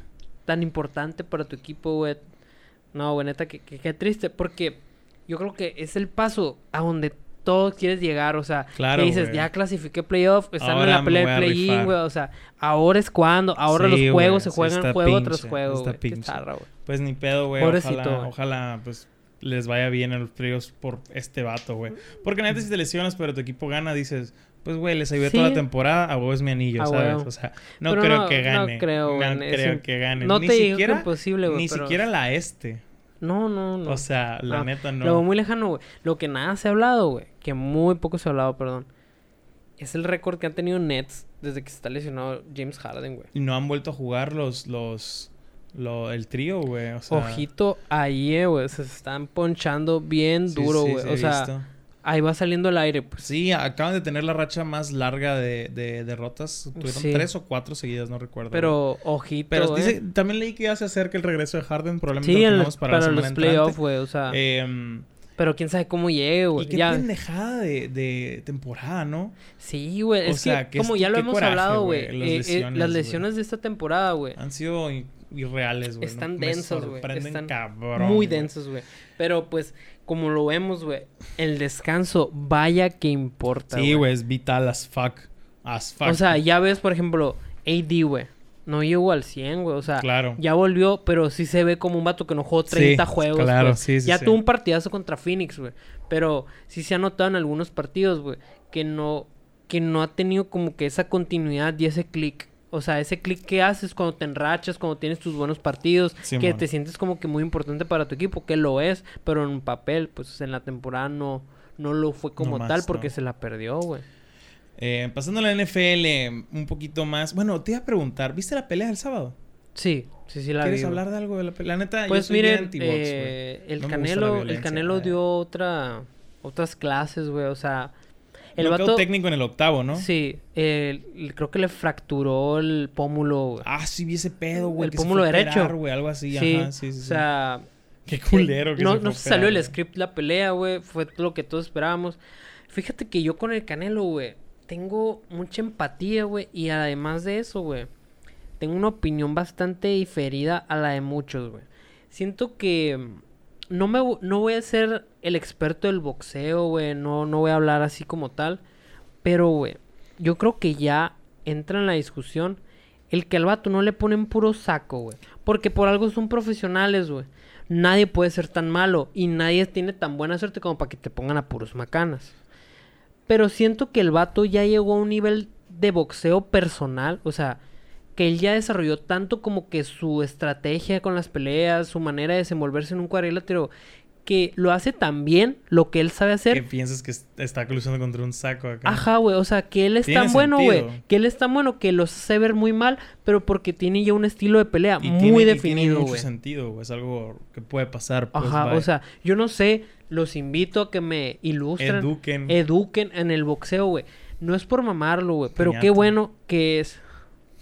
Speaker 2: tan importante para tu equipo, güey. No, güey, neta, que, que, que triste, porque yo creo que es el paso a donde todos quieres llegar, o sea,
Speaker 1: Claro,
Speaker 2: que dices,
Speaker 1: güey.
Speaker 2: ya clasifiqué playoff, están en
Speaker 1: Ahora
Speaker 2: la
Speaker 1: me voy
Speaker 2: play,
Speaker 1: a
Speaker 2: play-in,
Speaker 1: rifar.
Speaker 2: güey, o sea, ahora es cuando, ahora
Speaker 1: Sí,
Speaker 2: los
Speaker 1: güey,
Speaker 2: juegos se
Speaker 1: sí
Speaker 2: juegan
Speaker 1: está
Speaker 2: juego tras
Speaker 1: pinche,
Speaker 2: juego,
Speaker 1: está
Speaker 2: güey. Qué
Speaker 1: pinche.
Speaker 2: zarra, güey.
Speaker 1: Pues ni pedo, güey.
Speaker 2: Pobrecito,
Speaker 1: Ojalá,
Speaker 2: güey.
Speaker 1: ojalá, pues les vaya bien a los playoffs por este vato, güey. Porque neta, si te lesionas, pero tu equipo gana, dices, pues, güey, les ayudé toda
Speaker 2: Sí.
Speaker 1: la temporada, a huevo es mi anillo,
Speaker 2: A
Speaker 1: ¿sabes?
Speaker 2: huevo.
Speaker 1: O sea, no
Speaker 2: Pero
Speaker 1: creo
Speaker 2: no,
Speaker 1: que
Speaker 2: no
Speaker 1: gane.
Speaker 2: creo, güey,
Speaker 1: No
Speaker 2: es
Speaker 1: creo
Speaker 2: im-
Speaker 1: que gane.
Speaker 2: No
Speaker 1: ni
Speaker 2: te digo que
Speaker 1: siquiera,
Speaker 2: imposible, güey,
Speaker 1: Ni
Speaker 2: pero-
Speaker 1: siquiera la este.
Speaker 2: No, no, no.
Speaker 1: O sea, la
Speaker 2: No,
Speaker 1: neta
Speaker 2: Lo veo
Speaker 1: no.
Speaker 2: muy lejano, güey. Lo que nada se ha hablado, güey, que muy poco se ha hablado, perdón, es el récord que han tenido Nets desde que se está lesionado James Harden, güey.
Speaker 1: Y no han vuelto a jugar los, los, lo- el trío, güey. O sea,
Speaker 2: Ojito ahí, eh, güey, se están ponchando bien
Speaker 1: sí,
Speaker 2: duro,
Speaker 1: sí,
Speaker 2: güey.
Speaker 1: sí,
Speaker 2: o
Speaker 1: he
Speaker 2: sea,
Speaker 1: visto.
Speaker 2: ahí va saliendo el aire, pues.
Speaker 1: Sí, acaban de tener la racha más larga de, de derrotas. Tuvieron
Speaker 2: Sí.
Speaker 1: tres o cuatro seguidas, no recuerdo. güey.
Speaker 2: Pero ojito,
Speaker 1: Pero
Speaker 2: eh.
Speaker 1: dice, también leí que ya se acerca el regreso de Harden, probablemente
Speaker 2: Sí,
Speaker 1: lo
Speaker 2: en
Speaker 1: tengamos
Speaker 2: los-
Speaker 1: para,
Speaker 2: para,
Speaker 1: la semana
Speaker 2: los
Speaker 1: entrante.
Speaker 2: playoffs, güey. O sea,
Speaker 1: Em,
Speaker 2: pero quién sabe cómo llegue,
Speaker 1: y
Speaker 2: güey.
Speaker 1: qué
Speaker 2: Ya-
Speaker 1: pendejada de, de temporada, ¿no?
Speaker 2: Sí, güey.
Speaker 1: O
Speaker 2: Es
Speaker 1: sea,
Speaker 2: que,
Speaker 1: que
Speaker 2: como
Speaker 1: es-
Speaker 2: ya lo
Speaker 1: qué
Speaker 2: hemos
Speaker 1: coraje,
Speaker 2: hablado,
Speaker 1: güey,
Speaker 2: güey.
Speaker 1: las
Speaker 2: eh, eh,
Speaker 1: lesiones,
Speaker 2: las
Speaker 1: güey. Ah,
Speaker 2: lesiones de esta temporada, güey.
Speaker 1: Han sido i- irreales, güey. ¿no?
Speaker 2: Están
Speaker 1: Me
Speaker 2: densos, güey.
Speaker 1: sorprenden
Speaker 2: Están
Speaker 1: cabrón,
Speaker 2: Muy
Speaker 1: güey.
Speaker 2: densos, güey. Pero pues, como lo vemos, güey, el descanso, vaya que importa.
Speaker 1: Sí, güey, es vital as fuck. As fuck.
Speaker 2: O sea, ya ves, por ejemplo, AD, güey. No llegó al 100, güey. O sea,
Speaker 1: Claro.
Speaker 2: ya volvió, pero sí se ve como un vato que no jugó 30
Speaker 1: Sí,
Speaker 2: juegos.
Speaker 1: claro,
Speaker 2: pues.
Speaker 1: sí, sí,
Speaker 2: Ya
Speaker 1: sí.
Speaker 2: tuvo un partidazo contra Phoenix, güey. Pero sí se ha notado en algunos partidos, güey, que no, que no ha tenido como que esa continuidad y ese click. O sea, ese click que haces cuando te enrachas, cuando tienes tus buenos partidos, que
Speaker 1: Simón.
Speaker 2: te sientes como que muy importante para tu equipo, que lo es, pero en un papel, pues en la temporada no, no lo fue como
Speaker 1: más,
Speaker 2: tal porque
Speaker 1: no.
Speaker 2: se la perdió, güey.
Speaker 1: Eh, pasando a la NFL, un poquito más. Bueno, te iba a preguntar, ¿viste la pelea del sábado?
Speaker 2: Sí, sí, sí la
Speaker 1: ¿Quieres
Speaker 2: vi, güey.
Speaker 1: hablar de algo de la pelea? La neta,
Speaker 2: Pues
Speaker 1: yo soy bien
Speaker 2: miren,
Speaker 1: anti-box, güey.
Speaker 2: eh, el
Speaker 1: No me gusta la
Speaker 2: Canelo, el
Speaker 1: violencia,
Speaker 2: Canelo
Speaker 1: eh.
Speaker 2: dio otra, otras clases, güey, o sea, el
Speaker 1: Knockout
Speaker 2: vato,
Speaker 1: técnico en el octavo, ¿no?
Speaker 2: sí, el- el- creo que le fracturó el pómulo, güey.
Speaker 1: Ah, sí vi ese pedo, güey.
Speaker 2: El
Speaker 1: que se
Speaker 2: pómulo
Speaker 1: fue a
Speaker 2: derecho.
Speaker 1: operar, güey, algo así,
Speaker 2: sí,
Speaker 1: ajá, sí, sí,
Speaker 2: o
Speaker 1: sí.
Speaker 2: sea,
Speaker 1: Qué culero que
Speaker 2: no,
Speaker 1: se fue
Speaker 2: no
Speaker 1: a
Speaker 2: se salió
Speaker 1: operar,
Speaker 2: el
Speaker 1: güey.
Speaker 2: script la pelea, güey, fue lo que todos esperábamos. Fíjate que yo con el Canelo, güey, tengo mucha empatía, güey, y además de eso, güey, tengo una opinión bastante diferida a la de muchos, güey. Siento que mm, no me vo- no voy a ser el experto del boxeo, güey, no no voy a hablar así como tal, pero güey, yo creo que ya entra en la discusión el que al vato no le ponen puro saco, güey, porque por algo son profesionales, güey. Nadie puede ser tan malo y nadie tiene tan buena suerte como para que te pongan a puros macanas. Pero siento que el vato ya llegó a un nivel de boxeo personal, o sea, que él ya desarrolló tanto como que su estrategia con las peleas, su manera de desenvolverse en un cuadrilátero, que lo hace tan bien lo que él sabe
Speaker 1: ¿Qué
Speaker 2: hacer.
Speaker 1: piensas que es- está colisionando contra un saco acá?
Speaker 2: Ajá, güey, o sea, que él es
Speaker 1: Tiene
Speaker 2: tan bueno, güey,
Speaker 1: sentido.
Speaker 2: que él es tan bueno que los hace ver muy mal, pero porque tiene ya un estilo de pelea
Speaker 1: Y
Speaker 2: muy
Speaker 1: tiene- y tiene
Speaker 2: definido,
Speaker 1: mucho
Speaker 2: güey.
Speaker 1: sentido, güey. Es algo que puede pasar. pues,
Speaker 2: Ajá,
Speaker 1: vaya.
Speaker 2: o sea, yo no sé, los invito a que me ilustren, eduquen,
Speaker 1: Eduquen.
Speaker 2: en el boxeo, güey. No es por mamarlo, güey, pero qué
Speaker 1: Piñata.
Speaker 2: bueno que es.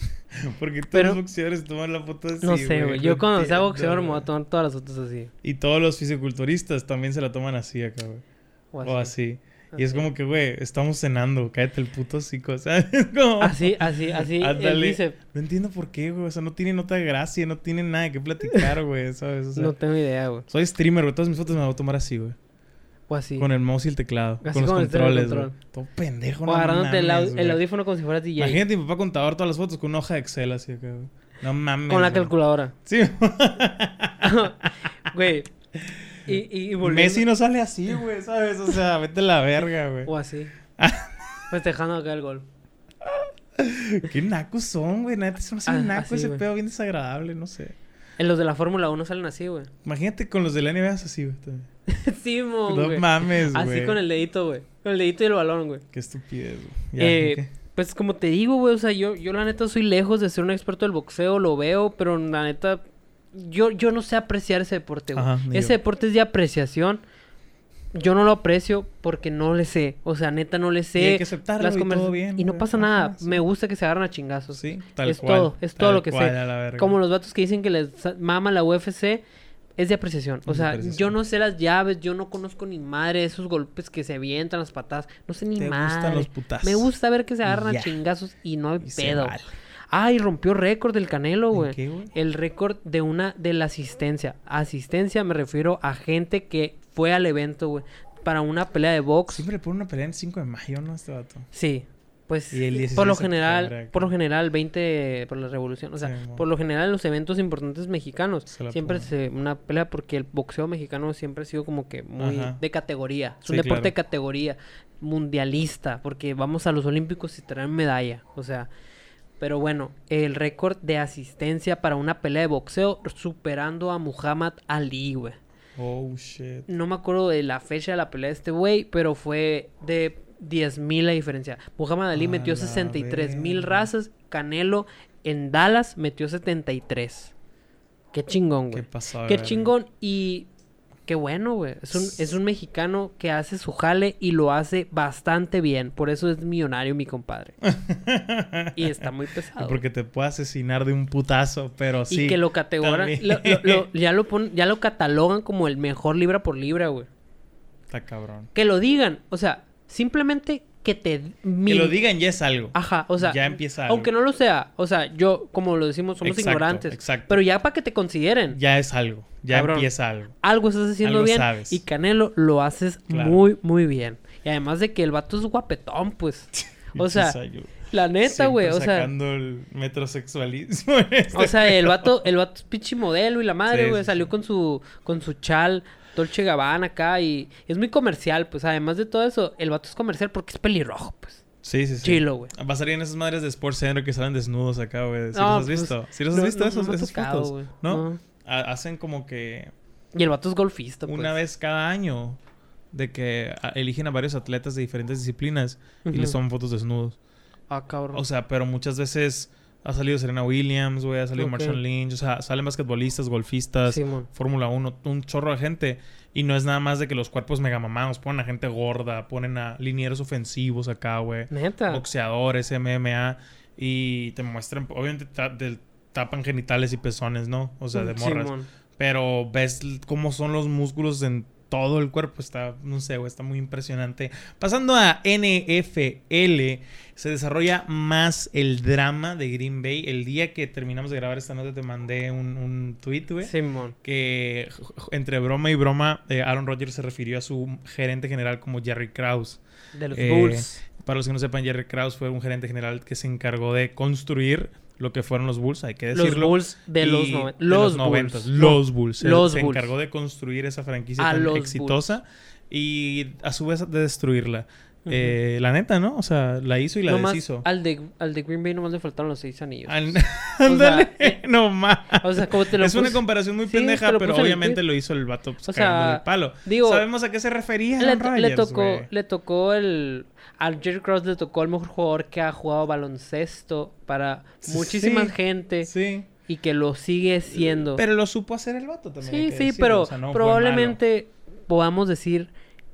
Speaker 1: Porque todos
Speaker 2: pero-
Speaker 1: los boxeadores toman la foto así.
Speaker 2: no sé, güey. Yo cuando sea
Speaker 1: Entiendo,
Speaker 2: boxeador me voy a
Speaker 1: güey.
Speaker 2: tomar todas las fotos así.
Speaker 1: Y todos los fisiculturistas también se la toman así acá, güey.
Speaker 2: O así.
Speaker 1: O así. Y es
Speaker 2: Así.
Speaker 1: como que, güey, estamos cenando, cállate el puto hocico, ¿sabes? Es como...
Speaker 2: Así, así, así. Él
Speaker 1: Ándale.
Speaker 2: dice,
Speaker 1: No entiendo por qué, güey. O sea, no tiene nota de gracia, no tiene nada que platicar, güey, ¿sabes? O sea,
Speaker 2: no tengo idea, güey.
Speaker 1: Soy streamer, güey. Todas mis fotos me las voy a tomar así, güey.
Speaker 2: O así.
Speaker 1: Con el mouse y el teclado.
Speaker 2: Así
Speaker 1: con los
Speaker 2: como el teclado y el
Speaker 1: controles, güey.
Speaker 2: control.
Speaker 1: Todo pendejo,
Speaker 2: o
Speaker 1: no
Speaker 2: agarrándote el, au-
Speaker 1: mames,
Speaker 2: el
Speaker 1: güey.
Speaker 2: audífono como si fueras DJ.
Speaker 1: Imagínate mi papá contador todas las fotos con una hoja de Excel así acá, güey. No mames.
Speaker 2: con la
Speaker 1: güey.
Speaker 2: calculadora.
Speaker 1: Sí.
Speaker 2: Güey. Y, y, y volviendo-
Speaker 1: Messi no sale así, güey, ¿sabes? O sea, vete a la verga, güey.
Speaker 2: O así. Ah. Festejando acá el gol.
Speaker 1: Qué nacos son, güey. Neta, se me hace
Speaker 2: Ah,
Speaker 1: un naco
Speaker 2: así,
Speaker 1: ese
Speaker 2: güey.
Speaker 1: pedo bien desagradable, no sé.
Speaker 2: En los de la Fórmula 1 salen así, güey.
Speaker 1: Imagínate con los de la NBA es así, güey. también.
Speaker 2: Simón,
Speaker 1: No
Speaker 2: güey.
Speaker 1: mames, güey.
Speaker 2: Así con el dedito, güey. Con el dedito y el balón, güey.
Speaker 1: Qué estupidez, güey. Ya,
Speaker 2: Eh,
Speaker 1: ¿qué?
Speaker 2: pues como te digo, güey, o sea, yo, yo la neta soy lejos de ser un experto del boxeo, lo veo, pero la neta, yo, yo no sé apreciar ese deporte, güey.
Speaker 1: Ajá, ni
Speaker 2: ese
Speaker 1: yo.
Speaker 2: deporte es de apreciación. Yo no lo aprecio porque no le sé. O sea, neta, no le sé.
Speaker 1: Y hay que aceptarlo y
Speaker 2: conversa-
Speaker 1: todo bien,
Speaker 2: Y no
Speaker 1: güey.
Speaker 2: pasa
Speaker 1: Ajá,
Speaker 2: nada.
Speaker 1: sí.
Speaker 2: Me gusta que se agarran a chingazos.
Speaker 1: Sí, tal
Speaker 2: pues, es
Speaker 1: cual.
Speaker 2: todo, es todo
Speaker 1: tal
Speaker 2: lo que sé.
Speaker 1: cual, a la verga.
Speaker 2: Como los vatos que dicen que les sa- mama la UFC, es de apreciación. O
Speaker 1: Es de
Speaker 2: sea,
Speaker 1: apreciación.
Speaker 2: yo no sé las llaves, yo no conozco ni madre esos golpes que se avientan, las patadas. No sé ni
Speaker 1: Te
Speaker 2: madre.
Speaker 1: gustan los putazos.
Speaker 2: Me gusta ver que se
Speaker 1: Y
Speaker 2: agarran a
Speaker 1: ya.
Speaker 2: chingazos y no hay
Speaker 1: Y se
Speaker 2: pedo.
Speaker 1: vale.
Speaker 2: Ay, rompió récord del Canelo,
Speaker 1: ¿En
Speaker 2: güey. Eh,
Speaker 1: qué, güey?
Speaker 2: El récord de una de la asistencia. Asistencia me refiero a gente que fue al evento, güey, para una pelea de box.
Speaker 1: Siempre le pone una pelea en 5 de mayo, ¿no? Este vato.
Speaker 2: Sí. Pues
Speaker 1: Y el 16
Speaker 2: por lo
Speaker 1: de septiembre
Speaker 2: general,
Speaker 1: acá.
Speaker 2: por lo general 20 por la revolución, o sea,
Speaker 1: Sí, mo.
Speaker 2: por lo general en los eventos importantes mexicanos
Speaker 1: Se la
Speaker 2: siempre
Speaker 1: pone.
Speaker 2: se una pelea porque el boxeo mexicano siempre ha sido como que muy
Speaker 1: Ajá.
Speaker 2: de categoría, es un
Speaker 1: Sí,
Speaker 2: deporte de
Speaker 1: claro.
Speaker 2: categoría mundialista, porque vamos a los olímpicos y traen medalla, o sea, pero bueno, el récord de asistencia para una pelea de boxeo superando a Muhammad Ali, güey.
Speaker 1: Oh, shit.
Speaker 2: No me acuerdo de la fecha de la pelea de este güey, pero fue de 10.000 la diferencia. Muhammad Ali
Speaker 1: A
Speaker 2: metió
Speaker 1: la
Speaker 2: 63.000
Speaker 1: verga.
Speaker 2: razas. Canelo en Dallas metió 73. Qué chingón,
Speaker 1: ¿Qué
Speaker 2: güey.
Speaker 1: pasó?
Speaker 2: Qué
Speaker 1: verga?
Speaker 2: chingón y qué bueno, güey. Es un, es un mexicano que hace su jale y lo hace bastante bien. Por eso es millonario, mi compadre. Y está muy pesado.
Speaker 1: Porque te puede asesinar de un putazo, pero sí.
Speaker 2: y que lo categoran,
Speaker 1: también.
Speaker 2: lo- lo- lo- ya, lo pon- ya lo catalogan como el mejor libra por libra, güey.
Speaker 1: Está cabrón.
Speaker 2: Que lo digan, o sea, simplemente que te
Speaker 1: Que
Speaker 2: min-
Speaker 1: lo digan ya es algo.
Speaker 2: Ajá, Ah, o sea,
Speaker 1: Ya empieza
Speaker 2: aunque
Speaker 1: algo.
Speaker 2: no lo sea, o sea, yo como lo decimos somos
Speaker 1: Exacto,
Speaker 2: ignorantes,
Speaker 1: exacto.
Speaker 2: pero ya para que te consideren,
Speaker 1: Ya es algo. Ya
Speaker 2: Cabrón.
Speaker 1: empieza algo.
Speaker 2: algo estás haciendo
Speaker 1: Algo
Speaker 2: bien
Speaker 1: sabes.
Speaker 2: y Canelo lo haces
Speaker 1: Claro.
Speaker 2: muy muy bien. Y además de que el vato es guapetón, pues. O sea, la neta,
Speaker 1: Siempre
Speaker 2: güey, o sea,
Speaker 1: sacando el metrosexualismo. en este
Speaker 2: o sea, el
Speaker 1: pedo.
Speaker 2: vato el vato es pinche modelo y la madre,
Speaker 1: Sí,
Speaker 2: güey,
Speaker 1: sí,
Speaker 2: salió
Speaker 1: sí.
Speaker 2: con su con su chal Dolce Gabbana acá y es muy comercial, pues además de todo eso, el vato es comercial porque es pelirrojo, pues.
Speaker 1: Sí, sí, sí.
Speaker 2: Chilo, güey.
Speaker 1: Pasarían esas madres de Sports Center que salen desnudos acá, güey. ¿Sí
Speaker 2: No,
Speaker 1: los has
Speaker 2: pues,
Speaker 1: visto? ¿Sí los has
Speaker 2: no-
Speaker 1: visto
Speaker 2: no- no
Speaker 1: esos,
Speaker 2: me ha
Speaker 1: esas
Speaker 2: tocado,
Speaker 1: fotos?
Speaker 2: güey.
Speaker 1: ¿No?
Speaker 2: No.
Speaker 1: Ha- hacen como que
Speaker 2: Y el vato es golfista, pues.
Speaker 1: una vez cada año de que a- eligen a varios atletas de diferentes disciplinas y les
Speaker 2: Ujú.
Speaker 1: toman fotos desnudos.
Speaker 2: Ah, cabrón.
Speaker 1: O sea, pero muchas veces ha salido Serena Williams, güey, ha salido
Speaker 2: Ok.
Speaker 1: Marshawn Lynch, o sea, salen basquetbolistas, golfistas,
Speaker 2: Simón.
Speaker 1: Fórmula 1, un chorro de gente. Y no es nada más de que los cuerpos megamamados, ponen a gente gorda, ponen a linieros ofensivos acá, güey,
Speaker 2: Neta.
Speaker 1: boxeadores, MMA, y te muestran, obviamente ta- del- tapan genitales y pezones, ¿no? O sea, de
Speaker 2: Mm,
Speaker 1: morras.
Speaker 2: Simón.
Speaker 1: Pero ves l- cómo son los músculos en todo el cuerpo. Está, no sé, güey, está muy impresionante. Pasando a NFL, se desarrolla más el drama de Green Bay. El día que terminamos de grabar esta nota te mandé un, un tweet, güey.
Speaker 2: Simón.
Speaker 1: Que j- j- entre broma y broma, eh, Aaron Rodgers se refirió a su gerente general como Jerry Krause.
Speaker 2: De los
Speaker 1: Eh,
Speaker 2: Bulls.
Speaker 1: Para los que no sepan, Jerry Krause fue un gerente general que se encargó de construir lo que fueron los Bulls, hay que
Speaker 2: Los
Speaker 1: decirlo.
Speaker 2: Bulls de los
Speaker 1: Y
Speaker 2: noven-
Speaker 1: de
Speaker 2: Los
Speaker 1: noventas,
Speaker 2: Bulls.
Speaker 1: Los Bulls. Se,
Speaker 2: Los
Speaker 1: se
Speaker 2: Bulls.
Speaker 1: encargó de construir esa franquicia
Speaker 2: A los
Speaker 1: tan exitosa y a su vez de destruirla. Eh, la neta, ¿no? O sea, la hizo y la
Speaker 2: Nomás
Speaker 1: deshizo.
Speaker 2: Al de, al de Green Bay nomás le faltaron los seis anillos.
Speaker 1: Al- Ándale,
Speaker 2: eh,
Speaker 1: nomás.
Speaker 2: O sea, como te lo
Speaker 1: es una
Speaker 2: puse-
Speaker 1: comparación muy
Speaker 2: Sí,
Speaker 1: pendeja,
Speaker 2: te lo
Speaker 1: pero
Speaker 2: puse en el
Speaker 1: obviamente
Speaker 2: tweet.
Speaker 1: lo hizo el vato pues,
Speaker 2: O sea,
Speaker 1: cagándole el palo.
Speaker 2: digo,
Speaker 1: Sabemos a qué se refería
Speaker 2: le,
Speaker 1: Aaron
Speaker 2: to- le
Speaker 1: Rodgers,
Speaker 2: tocó,
Speaker 1: güey.
Speaker 2: le tocó el. Al Jerry Cross le tocó el mejor jugador que ha jugado baloncesto para
Speaker 1: Sí,
Speaker 2: muchísima gente
Speaker 1: Sí.
Speaker 2: y que lo sigue siendo.
Speaker 1: Pero lo supo hacer el vato también. hay
Speaker 2: sí,
Speaker 1: que
Speaker 2: sí,
Speaker 1: decirlo.
Speaker 2: pero
Speaker 1: O sea, no fue malo.
Speaker 2: probablemente podamos decir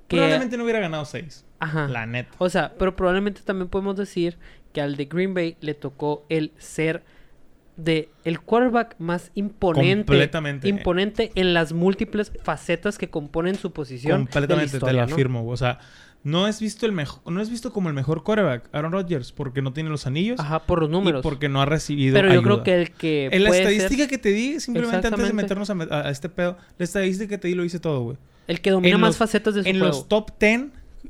Speaker 2: que. Ah.
Speaker 1: Probablemente no hubiera ganado seis.
Speaker 2: Ajá.
Speaker 1: La neta.
Speaker 2: O sea, pero probablemente también podemos decir que al de Green Bay le tocó el ser de el quarterback más imponente,
Speaker 1: Completamente.
Speaker 2: imponente en las múltiples facetas que componen su posición. de la
Speaker 1: Completamente, te lo
Speaker 2: historia, ¿no?
Speaker 1: afirmo. güey. O sea, no es visto el mejor, no es visto como el mejor coreback Aaron Rodgers porque no tiene los anillos
Speaker 2: Ajá, por los
Speaker 1: y
Speaker 2: números.
Speaker 1: porque no ha recibido
Speaker 2: pero yo
Speaker 1: ayuda.
Speaker 2: creo que el que
Speaker 1: en la
Speaker 2: puede ser-
Speaker 1: estadística que te di, simplemente antes de
Speaker 2: Exactamente.
Speaker 1: meternos a, me- a- a este pedo, la estadística que te di lo hice todo, güey.
Speaker 2: el que domina
Speaker 1: en
Speaker 2: más
Speaker 1: los-
Speaker 2: facetas de su
Speaker 1: En
Speaker 2: juego.
Speaker 1: los top 10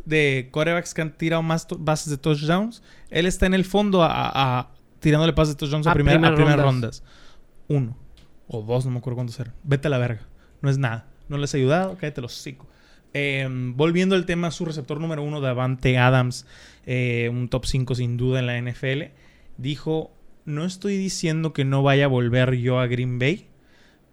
Speaker 1: de corebacks que han tirado más to- bases de touchdowns, él está en el fondo a, a- a- tirándole pases de touchdowns a,
Speaker 2: A
Speaker 1: primera,
Speaker 2: primeras
Speaker 1: a primeras
Speaker 2: rondas.
Speaker 1: rondas. Uno o dos, no me acuerdo cuántos eran. Vete a la verga. No es nada. No les ha ayudado. Cállate los cinco. Em, volviendo al tema, su receptor número uno, Davante Adams, eh, un top 5 sin duda en la NFL, dijo: No estoy diciendo que no vaya a volver yo a Green Bay.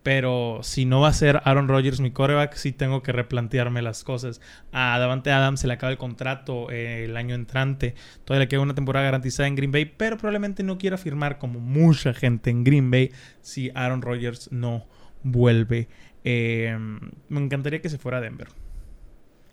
Speaker 1: Pero si no va a ser Aaron Rodgers mi coreback, sí tengo que replantearme las cosas. A Davante Adams se le acaba el contrato eh, el año entrante. Todavía le queda una temporada garantizada en Green Bay, pero probablemente no quiera firmar como mucha gente en Green Bay si Aaron Rodgers no vuelve. Eh, me encantaría que se fuera a Denver.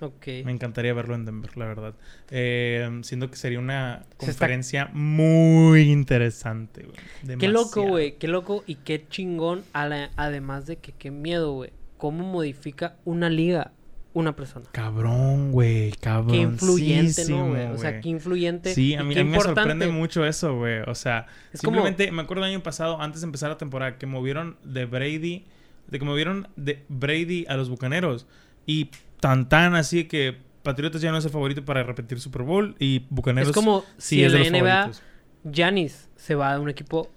Speaker 2: Ok.
Speaker 1: Me encantaría verlo en Denver, la verdad. Eh, siento que sería una
Speaker 2: Se está-
Speaker 1: conferencia muy interesante. güey.
Speaker 2: Qué loco,
Speaker 1: Demasiado.
Speaker 2: güey, qué loco y qué chingón, a la- además de que qué miedo, güey. ¿Cómo modifica una liga una persona.
Speaker 1: Cabrón, güey, cabrón.
Speaker 2: Qué influyente, ¿no, güey? O sea, qué influyente.
Speaker 1: Sí, a
Speaker 2: y
Speaker 1: mí,
Speaker 2: qué
Speaker 1: a mí me
Speaker 2: importante.
Speaker 1: sorprende mucho eso, güey. O sea,
Speaker 2: Es como-
Speaker 1: simplemente me acuerdo el año pasado, antes de empezar la temporada, que movieron de Brady, de que movieron de Brady a los Bucaneros. Y tan tan así que Patriotas ya no es el favorito para repetir Super Bowl y Bucaneros
Speaker 2: Es como
Speaker 1: sí
Speaker 2: si
Speaker 1: es de
Speaker 2: en
Speaker 1: los
Speaker 2: la NBA
Speaker 1: favoritos.
Speaker 2: Janis se va a un equipo